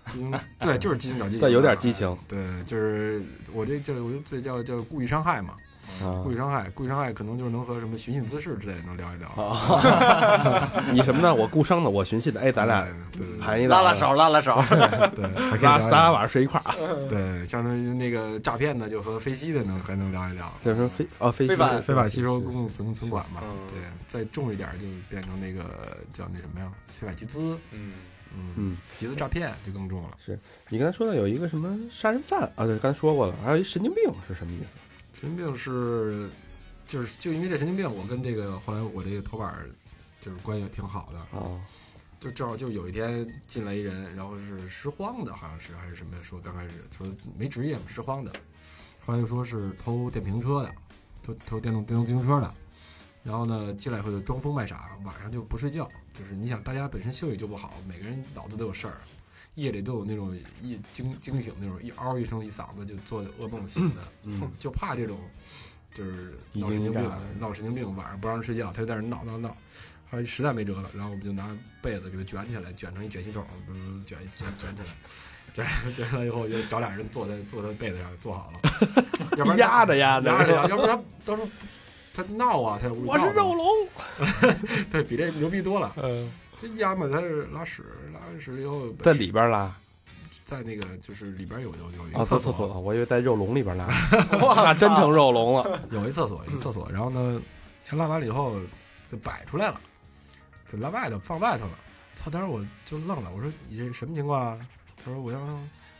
S5: 激 情，对，就是激情找激情，啊
S2: 再有点激，情
S5: 对，就是我这叫我就这叫叫故意伤害嘛，
S2: 啊
S5: 故意伤害，故意伤害可能就是能和什么寻衅滋事之类的能聊一聊，
S2: 啊！你什么呢？我故伤的，我寻衅的。哎，咱俩
S5: 对对
S2: 盘一道
S6: 拉拉，手，拉拉手，
S5: 对，还可以
S2: 拉
S5: 聊
S2: 咱俩
S5: 一聊，
S2: 晚上睡一块儿啊。
S5: 对，相当于那个诈骗的就和飞机的能还能聊一聊，
S2: 叫什么非啊非
S6: 非法
S5: 非法吸收公共存存管嘛
S6: 嗯，
S5: 对，再重一点就变成那个叫那什么呀，非法集资，
S6: 嗯，
S5: 嗯，
S2: 嗯，
S5: 集资诈骗就更重了，
S2: 你刚才说的有一个什么杀人犯啊？对，刚才说过了，还有一神经病是什么意思？
S5: 神经病是，就是就因为这神经病，我跟这个后来我这个头板儿就是关系挺好的，
S2: 啊，
S5: 就正好就有一天进来一人，然后是拾荒的，好像是还是什么，说刚开始说没职业嘛，拾荒的，后来又说是偷电瓶车的，偷偷电动电动自行车的，然后呢进来以后就装疯卖傻，晚上就不睡觉，就是你想大家本身休息就不好，每个人脑子都有事儿，夜里都有那种一惊惊醒那种一嗷一声一嗓子就做噩梦醒的，
S2: 嗯，
S5: 就怕这种就是
S2: 一
S5: 闹神
S2: 惊一
S5: 经病
S2: 乍的，
S5: 闹神经病，晚上不让人睡觉，他就在那儿闹闹闹，后来实在没辙了，然后我们就拿被子给他卷起来，卷成一卷心筒，嗯卷卷卷起来。卷卷起来以后，就找俩人坐在坐在被子上坐好了， 要不然
S2: 压着压
S5: 压
S2: 着，
S5: 着呀，要不然他到时候他闹啊，他我是肉龙，对比这牛逼多了。
S2: 嗯，
S5: 这丫嘛，他是拉屎，拉完屎了以后
S2: 在里边拉
S5: 在那个就是里边有有有一
S2: 啊，
S5: 个
S2: 在
S5: 厕
S2: 厕
S5: 所，
S2: 所，我以为在肉笼里边拉，那真成肉笼了。
S5: 有一厕所，一厕所，然后呢，拉完了以后就摆出来了，就拉外头放外头了。操！当时我就愣了，我说你这什么情况啊？他说我要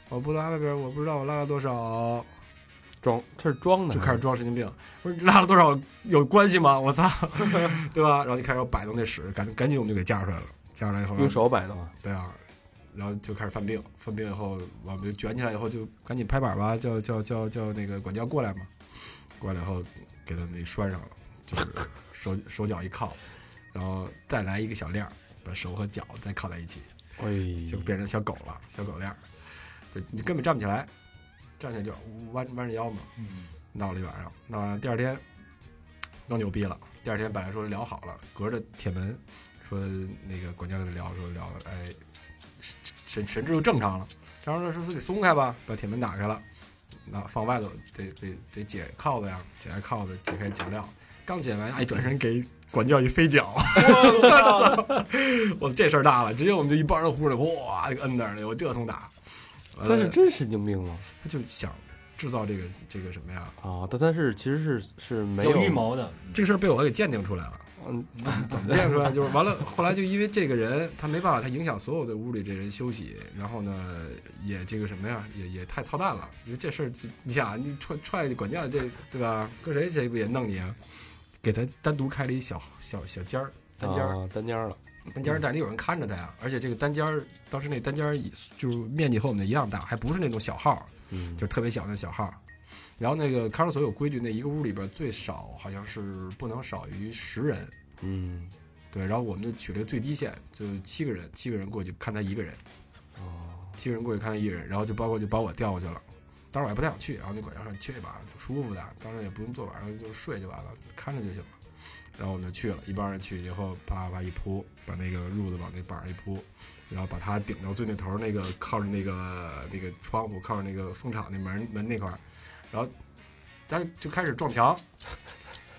S5: 我不拉外边，我不知道我拉了多少，
S2: 装，这是装的，
S5: 就开始装神经病。我说拉了多少有关系吗？我操， 对吧？然后就开始要摆弄那屎，赶赶紧我们就给架出来了，架出来以后
S2: 用手摆弄啊。
S5: 对啊，然后就开始犯病，犯病以后，我们就卷起来以后就赶紧拍板吧，叫叫叫叫那个管教过来嘛，过来以后给他那拴上了，就是手手脚一铐，然后再来一个小链儿，把手和脚再铐在一起，
S2: 哎
S5: 就变成小狗了，小狗链儿，就你根本站不起来，站起来就弯弯着腰嘛，
S4: 嗯，
S5: 闹了一晚上，闹完了第二天弄牛逼了。第二天本来说聊好了，隔着铁门说那个管教跟他聊说聊了，哎，神神志又正常了。然后说是给松开吧，把铁门打开了，那放外头得得得解铐子呀，解开铐子，解开脚镣。刚解完，哎，转身给管教一飞脚， 我这事儿大了，直接我们就一帮人呼着，哇，给摁那儿了，我这通打。完了
S2: 但是真神经病了
S5: 他就想制造这个这个什么呀，
S2: 啊！但他是其实是是没
S4: 有预谋的，
S5: 这个事儿被我给鉴定出来了。
S2: 嗯，
S5: 怎么见出来？ 就是完了，后来就因为这个人，他没办法，他影响所有的屋里这人休息，然后呢，也这个什么呀，也也太操蛋了。因为这事儿就，你想，啊你踹踹管教这对吧？搁谁谁不也弄你啊？给他单独开了一小小小间儿，单间儿，
S2: 啊单间儿了，
S5: 单间儿，但是有人看着他呀。而且这个单间儿，当时那单间儿也就是面积和我们的一样大，还不是那种小号，
S2: 嗯，
S5: 就是特别小那小号。然后那个看守所有规矩，那一个屋里边最少好像是不能少于十人。
S2: 嗯
S5: 对，然后我们就取了最低线，就七个人，七个人过去看他一个人，
S2: 哦，
S5: 七个人过去看他一个人，然后就包括就把我调过去了。当时我还不太想去，然后那管教说你去吧，挺舒服的，当时也不用坐，晚上就睡就完了，看着就行了。然后我们就去了，一帮人去以后，啪啪一铺，把那个褥子往那板上一铺，然后把他顶到最那头儿那个靠着那个那个窗户，靠着那个风场那门门那块儿，然后他就开始撞墙，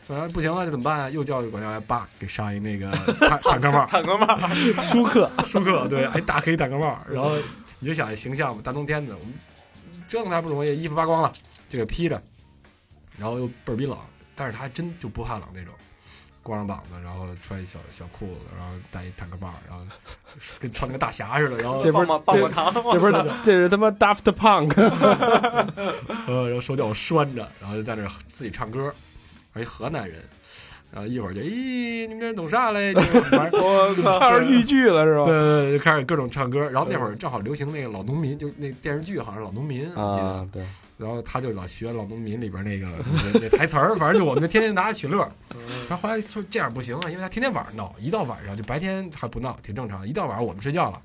S5: 啊，不行了，这怎么办啊？又叫管教来，叭，给上一那个坦坦克帽，
S6: 坦克帽，
S2: 舒克，
S5: 舒克，对，哎，大黑坦克帽，然后你就想这形象嘛，大冬天的，我们折腾他不容易，衣服扒光了，就给披着，然后又倍儿逼冷，但是他还真就不怕冷那种，光着膀子，然后穿一小小裤子，然后戴一坦克帽，然后 跟穿个大侠似的，然后
S2: 这不是
S6: 棒棒棒
S2: 这
S6: 棒糖，
S2: 这不是这是他妈 Daft Punk，
S5: 呃，然后手脚拴着，然后就在那儿自己唱歌，而一河南人，然后一会儿就咦，你们这人懂啥嘞？你们玩儿
S6: 我操，
S2: 唱上豫剧了是
S5: 对
S2: 吧？
S5: 对对，就开始各种唱歌。然后那会儿正好流行那个老农民，就是那电视剧好像是老农民，我记得。
S2: 啊，对，
S5: 然后他就老学老农民里边那个那那台词儿， 反正就我们就天天拿他取乐。然后后来说这样不行啊，因为他天天晚上闹，一到晚上就白天还不闹，挺正常。一到晚上我们睡觉了，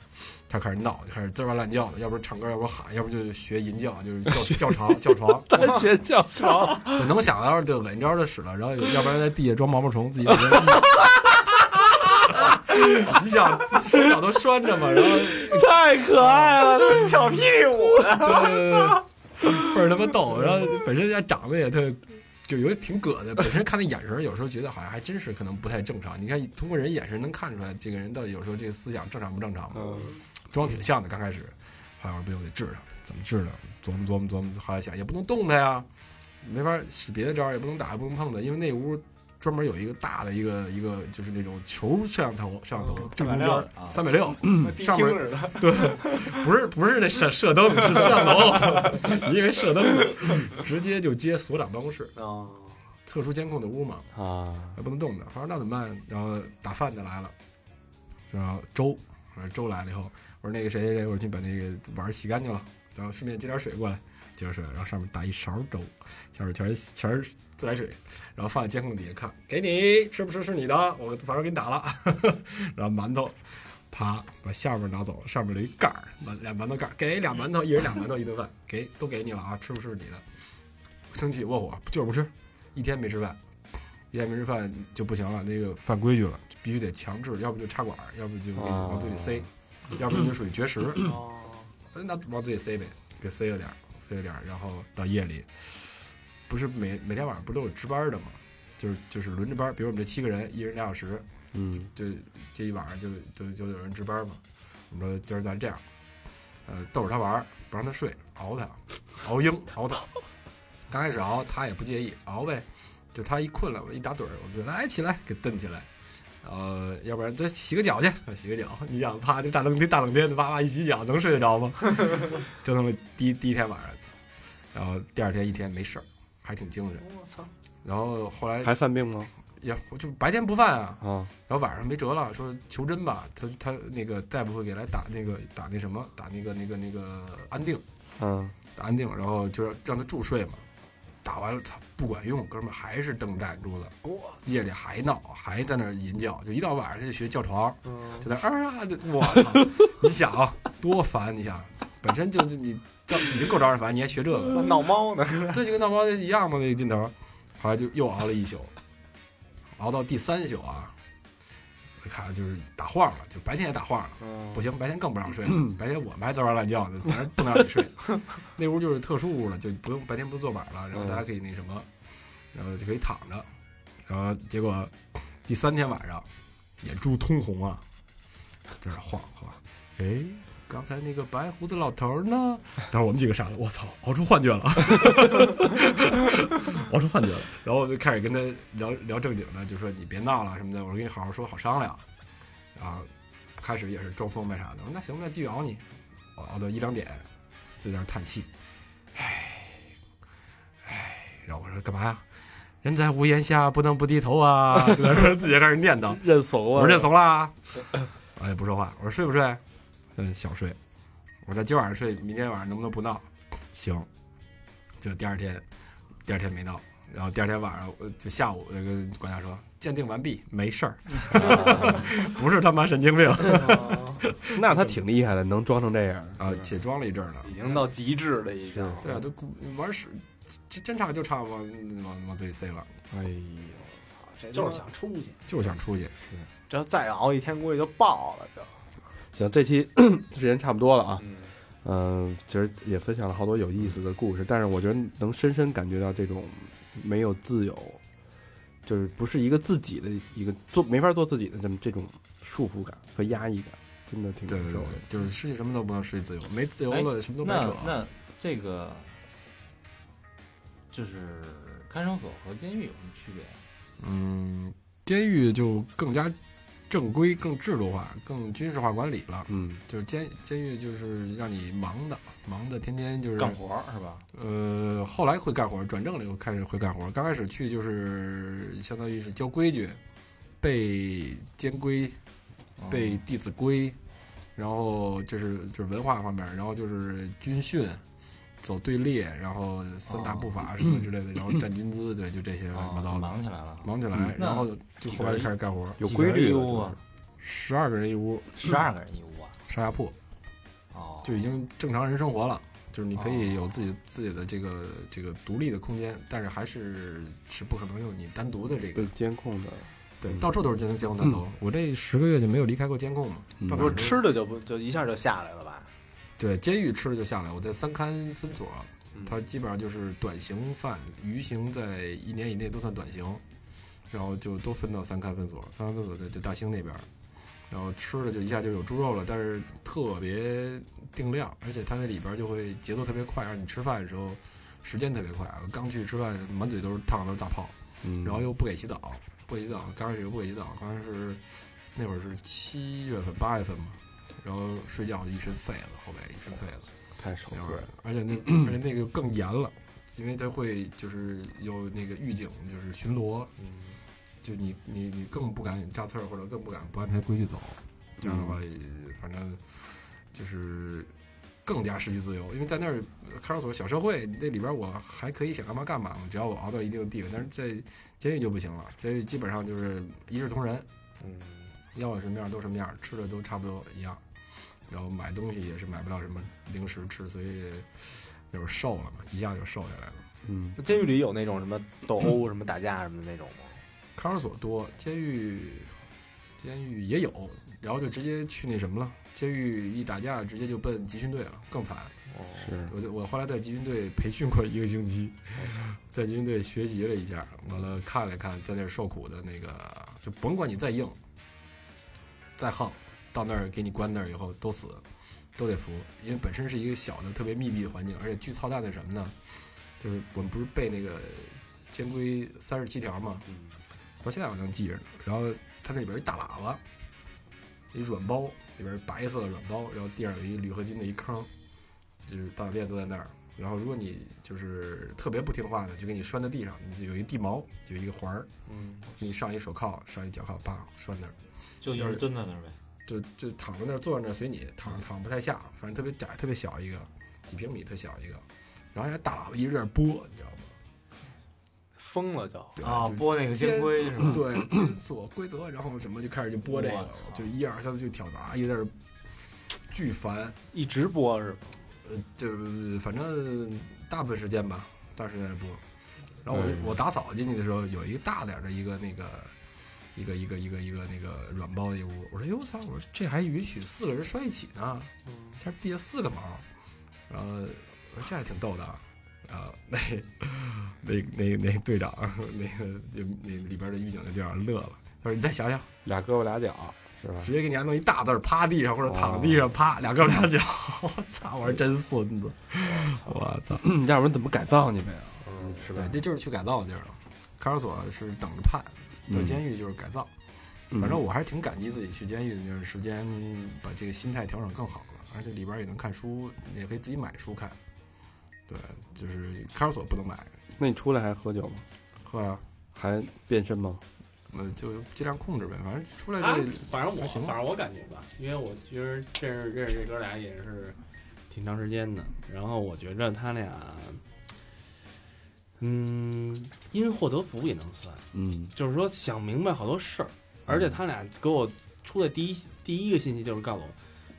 S5: 他开始闹，就开始滋哇乱叫的，要不是唱歌，要不是喊，要不就学吟叫，就是叫叫床叫床。
S2: 单学教操，
S5: 就能想到就冷招的使了，然后要不然在地下装毛毛虫，自己在那儿 你想手脚都拴着嘛，然后
S2: 太可爱了，
S6: 跳霹雳舞的，
S5: 呃倍儿他妈逗，然后本身人家长得也特。就有点挺葛的，本身看那眼神儿，有时候觉得好像还真是可能不太正常。你看通过人眼神能看出来，这个人到底有时候这个思想正常不正常嘛？装挺像的，刚开始，后来我说不行，我得治他，怎么治呢？琢磨琢磨琢磨，后来想也不能动他呀，没法使别的招儿，也不能打，也不能碰他，因为那屋专门有一个大的一个一个就是那种球摄像头，摄像头正中间三百六，嗯上面
S6: 似的，
S5: 不是不是那射射灯，是摄像头，你以为射灯呢，直接就接所长办公室，
S6: 哦，
S5: 特殊监控的屋嘛，
S2: 啊，
S5: 还不能动的。他说那怎么办？然后打饭的来了，然后粥，我说粥来了以后，我说那个谁谁谁，我说你把那个碗儿洗干净了，然后顺便接点水过来，接点水，然后上面打一勺粥，下面全是全是自来水，然后放在监控底下看，给你吃不吃是你的，我反正给你打了。然后馒头，啪把下面拿走，上面有一盖儿，馒俩馒头盖儿，给俩馒头，一人俩馒头一顿饭，给都给你了啊，吃不吃是你的。生气窝火，就是不吃，一天没吃饭，一天没吃饭就不行了，那个犯规矩了，必须得强制，要不就插管儿，要不就给你往嘴里塞，要不你就属于绝食。哎那往嘴里塞呗，给塞了点儿，塞了点儿，然后到夜里，不是每每天晚上不都有值班的吗？就是就是轮着班儿，比如我们这七个人，一人俩小时，
S2: 嗯，
S5: 就这一晚上就就就有人值班嘛。我们说今儿咱这样，呃，逗着他玩儿，不让他睡，熬他，熬鹰，熬他。刚开始熬他也不介意，熬呗。就他一困了，我一打盹儿，我们就来起来给蹬起来。呃，要不然就洗个脚去，洗个脚。你想，啪，这大冷天大冷天的，哇哇一洗脚，能睡得着吗？ 折腾了第一第一天晚上，然后第二天一天没事儿，还挺精神。
S6: 我操，
S5: 然后后来
S2: 还犯病吗？
S5: 也就白天不犯啊，
S2: 啊，
S5: 然后晚上没辙了，说求真吧，他他那个大夫会给来打那个打那什么打那个那个那个安定
S2: 嗯，
S5: 打安定，然后就让让他助睡嘛。打完了，操，不管用，哥们儿还是瞪着眼珠子，
S6: 我操，
S5: 夜里还闹，还在那儿吟叫，就一到晚上他就学叫床，
S6: 嗯
S5: 就在那儿啊，就我操！你想啊多烦，你想，本身就是你招已经够招人烦，你还学这个，
S6: 那闹猫呢？
S5: 这就跟闹猫一样嘛，那个劲头。后来就又熬了一宿，熬到第三宿啊，我看就是打晃了，就白天也打晃了。不
S6: 嗯，
S5: 行，白天更不让睡了。白天我们还滋哇乱叫呢，反正不能让你睡。那屋就是特殊屋了，就不用白天不用坐板了，然后大家可以那什么，然后就可以躺着。然后结果第三天晚上，眼珠通红啊，在那晃晃。哎，刚才那个白胡子老头儿呢？当时我们几个傻了，我操，熬出幻觉了， 熬出幻觉了。然后我就开始跟他聊聊正经的，就说你别闹了什么的，我说跟你好好说，好商量。然后开始也是装疯卖傻的，我说那行，那继续熬你，熬熬到一两点，自己在那儿叹气，唉，唉，然后我说干嘛呀？人在屋檐下，不能不低头啊！就在那儿自己开始念叨，
S2: 认怂
S5: 我说认怂 啦，哎，不说话。我说睡不睡？嗯，想睡。我说今晚上睡，明天晚上能不能不闹？行。就第二天，第二天没闹。然后第二天晚上，呃就下午，那个管家说鉴定完毕，没 事儿，啊不是他妈神经病
S2: 那他挺厉害的，能装成这样，
S5: 啊，且装了一阵儿呢。
S6: 已经到极致了，已经。
S5: 对啊，都故玩屎，这真差就差往往往嘴里塞了，
S2: 哎呦，
S6: 操这
S3: 就
S6: 就是是
S3: 想出去。
S5: 就是想出去。
S6: 只要再熬一天，估计就爆了，就。
S2: 行，这期 时间差不多了啊，
S6: 嗯，
S2: 嗯，其实也分享了好多有意思的故事，但是我觉得能深深感觉到这种没有自由，就是不是一个自己的一个做没法做自己的这么这种束缚感和压抑感，真的挺
S5: 对
S2: 难
S5: 对
S2: 受
S5: 对
S2: 的。，
S5: 就是失去什么都不能失去自由，没自由
S4: 哎
S5: 了什么都白
S4: 那
S5: 扯。
S4: 那这个就是看守所和监狱有什么区别？
S5: 嗯，监狱就更加正规、更制度化、更军事化管理了。
S2: 嗯，
S5: 就是监监狱就是让你忙的，忙的天天就是
S4: 干活儿是吧？
S5: 呃，后来会干活，转正了以后开始会干活。刚开始去就是相当于是教规矩，背监规，背《弟子规》，然后就是就是文化方面，然后就是军训，走队列，然后三大步法什么之类的，然后站军姿，对，就这些乱七八
S4: 哦
S5: 糟的，
S4: 忙起来了，
S5: 忙起来，
S4: 那
S5: 然后就
S4: 几
S5: 后
S4: 个
S5: 边
S4: 人
S5: 就开始干活，
S2: 有规律
S4: 几
S2: 的
S4: 个人一屋啊，
S5: 十二个人一屋，
S4: 十二个人一屋啊，
S5: 上下铺，
S4: 哦，
S5: 就已经正常人生活了。就是你可以有自己自己的这个这个独立的空间，但是还是是不可能有你单独的这个
S2: 被监控的，
S5: 对，到处都是监监控探头。我这十个月就没有离开过监控嘛，
S2: 嗯
S5: 到哪
S6: 不
S5: 儿
S6: 是
S5: 都
S6: 吃的就不就一下就下来了吧？
S5: 对，监狱吃了就下来。我在三看分所，
S6: 嗯
S5: 它基本上就是短刑犯，余刑在一年以内都算短刑，然后就都分到三看分所。三看分所在就大兴那边儿，然后吃了就一下就有猪肉了，但是特别定量，而且它那里边儿就会节奏特别快，让你吃饭的时候时间特别快。我刚去吃饭，满嘴都是烫，都是大泡。
S2: 嗯
S5: 然后又不给洗澡，不给洗澡，刚开始又不给洗澡，好像是那会儿是七月份八月份嘛，然后睡觉一身痱子，后背一身痱子，
S2: 太受
S5: 那
S2: 罪
S5: 会儿
S2: 了，，嗯
S5: 而且那而且那个更严了，因为他会就是有那个狱警就是巡逻，
S6: 嗯
S5: 就你你你更不敢扎刺儿，或者更不敢不按他规矩走，这样的话，反正就是。更加失去自由，因为在那儿看守所小社会那里边，我还可以想干嘛干嘛，只要我熬到一定的地位。但是在监狱就不行了，监狱基本上就是一视同仁，
S6: 嗯，
S5: 要什么样都什么样，吃的都差不多一样，然后买东西也是买不了什么零食吃，所以那会儿瘦了嘛，一下就瘦下来了。
S2: 嗯，
S6: 监狱里有那种什么斗殴、什么打架什么的那种吗？
S5: 看守所多，监狱监狱也有，然后就直接去那什么了，监狱一打架直接就奔集训队了，更惨。
S6: 哦，
S2: 是嗯
S5: 我就我后来在集训队培训过一个星期，在集训队学习了一下，完了看了看在那儿受苦的那个，就甭管你再硬，再横，到那儿给你关那儿以后都死，都得服，因为本身是一个小的特别密闭的环境，而且巨操蛋的是什么呢？就是我们不是背那个监规三十七条嘛，到现在我能记着呢。然后它那里边一大喇叭，一软包，里边白色的软包，然后地上有一铝合金的一坑，就是大小便都在那儿。然后如果你就是特别不听话的，就给你拴在地上，你就有一地毛，就有一个环儿，
S6: 嗯，
S5: 给你上一手铐，上一脚铐，叭拴那儿，
S4: 就
S5: 就是
S4: 蹲在那儿呗。
S5: 就就躺在那儿坐在那儿随你，躺躺不太下，反正特别窄，特别小一个，几平米特小一个，然后还大喇叭一直在那儿播，你知道吗？
S6: 疯了就。
S5: 对
S4: 啊
S5: 就，
S4: 播那个监规是 吧？
S5: 对，检索规则，然后什么就开始就播这
S4: 我
S5: 个
S4: 操，
S5: 就一二三四就挑杂，一直在这儿巨烦，
S6: 一直播是吧？
S5: 呃，就是反正大部分时间吧，大部分时间在播。然后我就
S2: 嗯
S5: 我打扫进去的时候，有一个大点儿的一个那个一个一个一个一个那个软包的一屋，我说哟哎我操，我说这还允许四个人拴一起呢，一下地下四个毛，然后我说这还挺逗的啊。然后那那那那队长，那个就那里边的狱警的队长乐了，他说你再想想，
S2: 俩胳膊俩脚是吧？
S5: 直接给你安弄一大字儿趴地上或者躺
S2: 哦
S5: 地上趴，俩胳膊俩脚，我操，我是真孙子，我操，
S2: 嗯要不然怎么改造你们呀？
S5: 嗯是吧？这就是去改造的地儿了。看守所是等着判，到
S2: 嗯
S5: 监狱就是改造。
S2: 嗯
S5: 反正我还是挺感激自己去监狱的那段时间，把这个心态调整更好了，而且里边也能看书，也可以自己买书看。对，就是看守所不能买，
S2: 那你出来还喝酒吗？
S5: 喝呀，
S2: 还变身吗？
S5: 那呃就尽量控制呗。反正出来
S3: 啊
S5: 这，
S3: 反正我
S5: 还行吧
S3: 反正我感觉吧，因为我其实认识认识这哥俩也是挺长时间的，然后我觉着他俩，嗯，因祸得福也能算，
S2: 嗯，
S3: 就是说想明白好多事儿，而
S5: 嗯
S3: 且他俩给我出的第一第一个信息就是告诉我。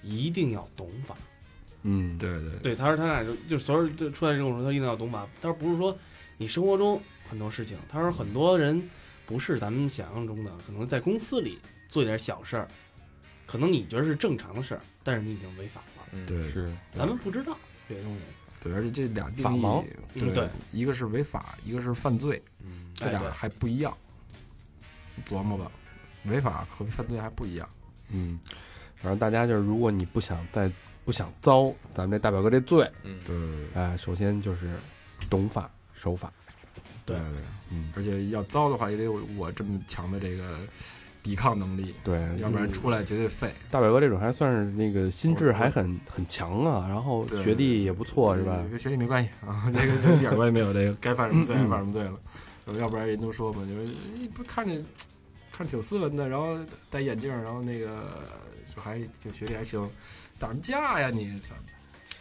S3: 一定要懂法，
S2: 嗯，
S5: 对对对
S3: 对，他说他俩就就所有人就出来这种时候，他一定要懂法。他说不是说你生活中很多事情，他说很多人不是咱们想象中的，可能在公司里做一点小事儿，可能你觉得是正常的事儿，但是你已经违法了。
S6: 嗯，
S5: 对
S4: 是
S3: 咱们不知道这些东西，
S5: 对，而且这俩定
S2: 法盲
S5: 义，
S3: 嗯对
S5: 一个是违法，一个是犯罪，
S6: 嗯，
S5: 这俩
S3: 哎
S5: 还不一样。琢磨吧，违法和犯罪还不一样。
S2: 嗯，反正大家就是，如果你不想再不想遭咱们这大表哥这罪，
S6: 嗯，
S5: 对
S2: 哎，首先就是懂法守法。
S5: 对
S3: 对
S5: 对，
S2: 嗯，
S5: 而且要遭的话，也得有我这么强的这个抵抗能力，
S2: 对，
S5: 要不
S2: 嗯
S5: 然出来绝对废。
S2: 大表哥这种还算是那个心智还很很强啊，然后
S5: 对
S2: 学历也不错，是吧？
S5: 跟学历没关系啊， 这个就一点关系没有。这个该犯什么罪还犯什么罪了，要不然人都说嘛，就是你不看着看着挺斯文的，然后戴眼镜，然后那个就还就学历还行，打什么架呀你？操！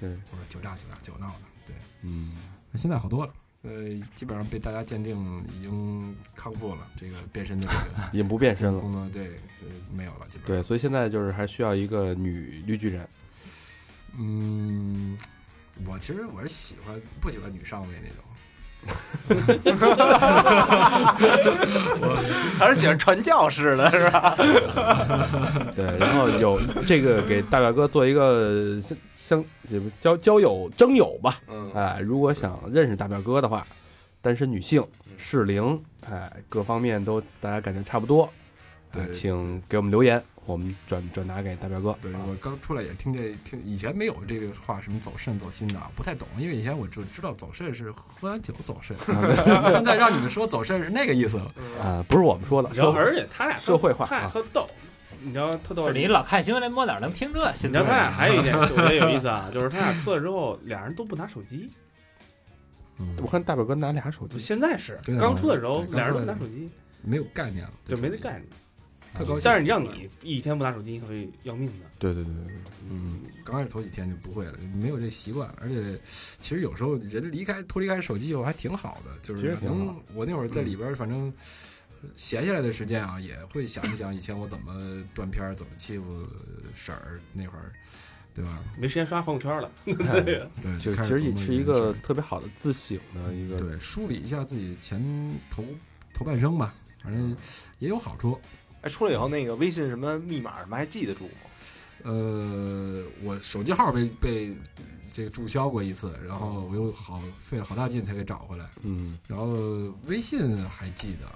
S2: 是，
S5: 我说酒驾酒驾酒闹的，对，
S2: 嗯，
S5: 现在好多了。呃，基本上被大家鉴定已经康复了，这个变身的这
S2: 已经不变身
S5: 个
S2: 了。
S5: 功能对呃没有了，基本上。
S2: 对，所以现在就是还需要一个女绿巨人。
S5: 嗯，我其实我是喜欢不喜欢女上尉那种。
S6: 还是喜欢传教式的，是吧？
S2: 对，然后有这个给大表哥做一个相相也不交交友征友吧，
S6: 嗯，
S2: 哎，如果想认识大表哥的话，单身女性
S6: 嗯
S2: 适龄，哎，各方面都大家感觉差不多，哎
S5: 对
S2: 请给我们留言，我们转转达给大表哥。
S5: 对
S2: 啊
S5: 我刚出来也听见听以前没有这个话什么走肾走心的，啊，不太懂，因为以前我就知道走肾是喝完酒走肾，
S3: 啊
S5: 现在让你们说走肾是那个意思了。
S2: 啊，不是我们说的，
S3: 然后
S2: 说
S3: 而且他俩
S2: 社会化
S3: 他俩
S2: 啊
S3: 特逗，你知道特
S4: 就
S3: 逗
S4: 是你老看新闻联播，哪能听这新
S3: 你知道
S4: 闻
S3: 他？俩还有一点，我觉得有意思啊，就是他俩出来之后，俩人都不拿手机。
S5: 嗯
S2: 我看大表哥拿俩手
S3: 就
S2: 机，
S3: 现在是
S5: 对啊
S3: 刚出来的时候
S5: 对，刚
S3: 俩人都
S5: 出
S3: 不
S5: 来
S3: 拿手机，
S5: 没有概念了，
S3: 就没得
S5: 念，
S3: 概念。
S5: 特高兴。
S3: 但是你让你一天不拿手机，你可以要命的。
S2: 对对对对对，
S5: 嗯，刚开始头几天就不会了，没有这习惯了。而且，其实有时候人离开脱离开手机以后还挺好的，就
S2: 其实
S5: 是反
S2: 挺好嗯
S5: 正我那会儿在里边儿，反正闲下来的时间啊，也会想一想以前我怎么断片儿，怎么欺负婶儿那会儿，对吧？
S3: 没时间刷朋友圈了。
S2: 哎
S5: 对，
S2: 就
S5: 开
S2: 其
S5: 始
S2: 实也
S5: 琢磨
S2: 是
S5: 这
S2: 一
S5: 件事
S2: 个
S5: 儿
S2: 特别好的自省的一个，
S5: 对梳理一下自己前头头半生吧，反正也有好处。
S6: 哎，出来以后那个微信什么密码什么还记得住吗？
S5: 呃，我手机号被被这个注销过一次，然后我又好费了好大劲才给找回来。
S2: 嗯，
S5: 然后微信还记得，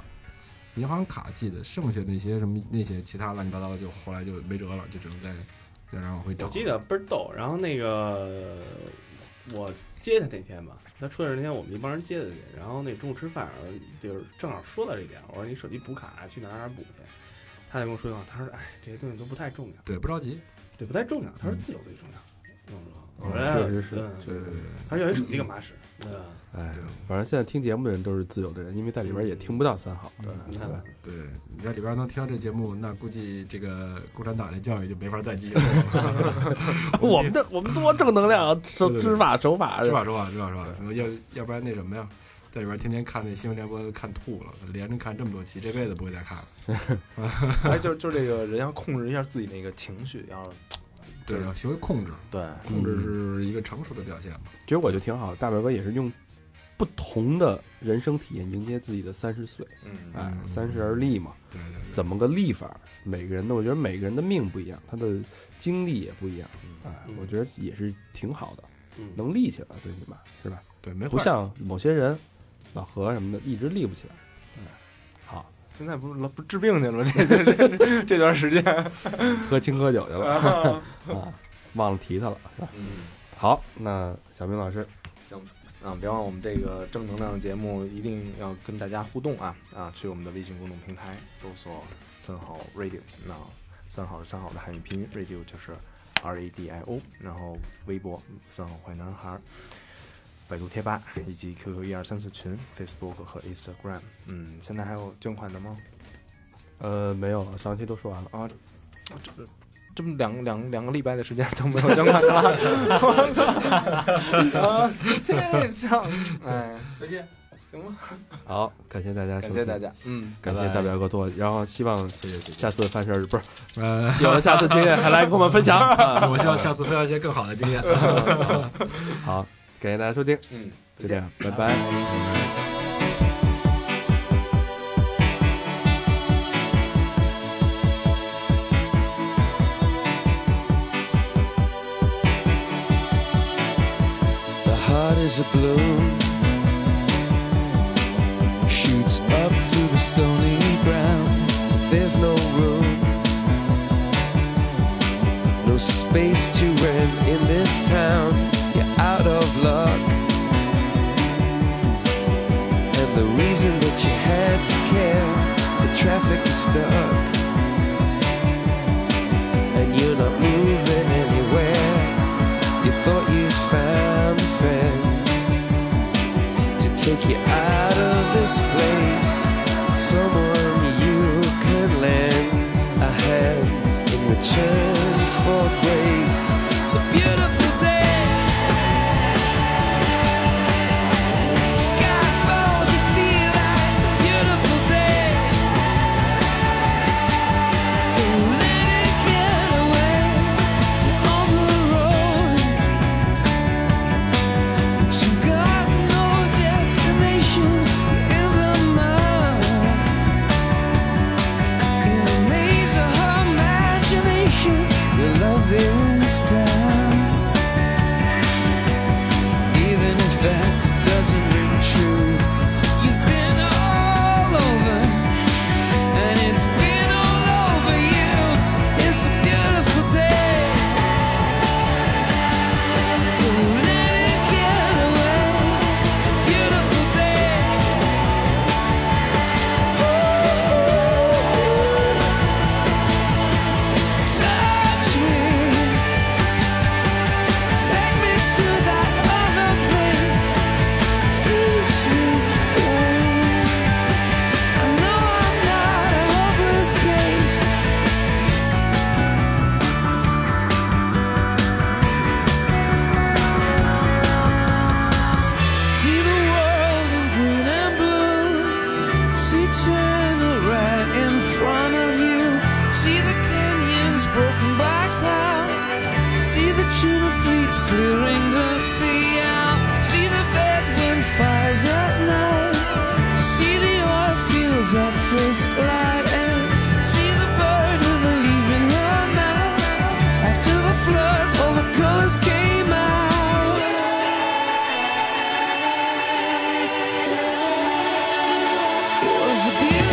S5: 银行卡记得，剩下那些什么那些其他乱七八糟的，就后来就没辙了，就只能再再让我回
S3: 我
S5: 找。
S3: 记得倍儿逗。然后那个我接他那天吧，他出来那天我们一帮人接他去，然后那中午吃饭，我说就是正好说到这点，我说你手机补卡去哪儿哪儿补去。他就跟我说一句话，他说：“哎，这些东西都不太重要，
S5: 对，不着急。
S3: 对，不太重要。”他说：“
S5: 嗯
S3: 自由最重要。”我
S5: 哦
S3: 说：“我说
S2: 确实是
S3: 嗯
S5: 对对对，
S3: 他说要你手机干嘛使？”对吧
S2: 哎
S5: 对，
S2: 反正现在听节目的人都是自由的人，因为在里边也听不到三好，
S3: 嗯你看
S2: 对吧
S3: 吧，
S5: 对，你在里边能听到这节目，那估计这个共产党的教育就没法再继续了。
S2: 我们的我们多正能量，守
S5: 对对对
S2: 知法守法
S5: 是
S2: 是
S5: 吧？？是吧？是吧？是吧？要要不然那什么呀，在里边天天看那新闻联播看吐了，连着看这么多期，这辈子不会再看了。
S6: 哎，就就这个人要控制一下自己那个情绪，要是
S5: 对，
S6: 对
S5: 要学会控制，
S6: 对，
S5: 控制是一个成熟的表现嘛。
S2: 其实我觉得挺好，大表哥也是用不同的人生体验迎接自己的三十岁，
S6: 嗯，
S2: 哎，
S5: 嗯
S2: 三十而立嘛，
S5: 对对对。
S2: 怎么个立法？每个人的，我觉得每个人的命不一样，他的经历也不一样，哎，
S3: 嗯
S2: 我觉得也是挺好的，
S3: 嗯，
S2: 能立起来最起码是吧？
S5: 对，没
S2: 不
S5: 坏
S2: 像某些人，老何什么的一直立不起来，哎，好，
S6: 现在不是不治病去了吗？这这这这 这段时间，
S2: 喝青稞酒去了啊，忘了提他了。
S6: 嗯，
S2: 好，那小明老师，
S6: 行啊，别忘了我们这个正能量的节目一定要跟大家互动啊啊！去我们的微信公众平台搜索“三好 radio”，那三好是三好的汉语拼音，radio 就是 R A D I O，然后微博三好坏男孩。百度贴吧以及 QQ 一二三四群、Facebook 和 Instagram，嗯，现在还有捐款的吗？
S2: 呃，没有了，上期都说完了。
S6: 啊，这这么两两两个礼拜的时间都没有捐款了， 我操！啊，这像哎，再见，行吗？
S2: 好，感谢大家，
S6: 感谢大，家，嗯，
S2: 感谢大表哥做，然后希望
S5: 谢谢谢谢。
S2: 下次犯事儿 不是
S5: 呃，
S2: 有了下次经验还来跟我们分享。啊
S5: 我希望下次分享一些更好的经验。
S2: 好，感谢大家收听，
S6: 嗯。
S2: 就这样，拜拜。
S7: The heart is a balloon, shoots up through the stony ground. this town, you're out of luck. And the reason that you had to care, the traffic is stuck. And you're not moving anywhere. You thought you found a friend to take you out of this place. Someone you could lend a hand in return for grace. It's a beautiful day. Sky falls, you feel like it's a beautiful day. So let it get away on the road. But you've got no destination. You're in the mud. In the maze of her imagination, your love is down. Even if that doesn't ring true, you've been all over, and it's been all over you. It's a beautiful day. So let it get away. It's a beautiful day. Touch me, take me to that other place. Teach me, I know I'm not a hopeless case. See the world in green and blue. See China right in front of you. See the canyons broken by cloud. See the tuna fleets clearing the sea out. See the bedroom fires at night. See the oil fields at first light. And see the bird with a leaf in her mouth. After the flood, all the colors came out. It was a beautiful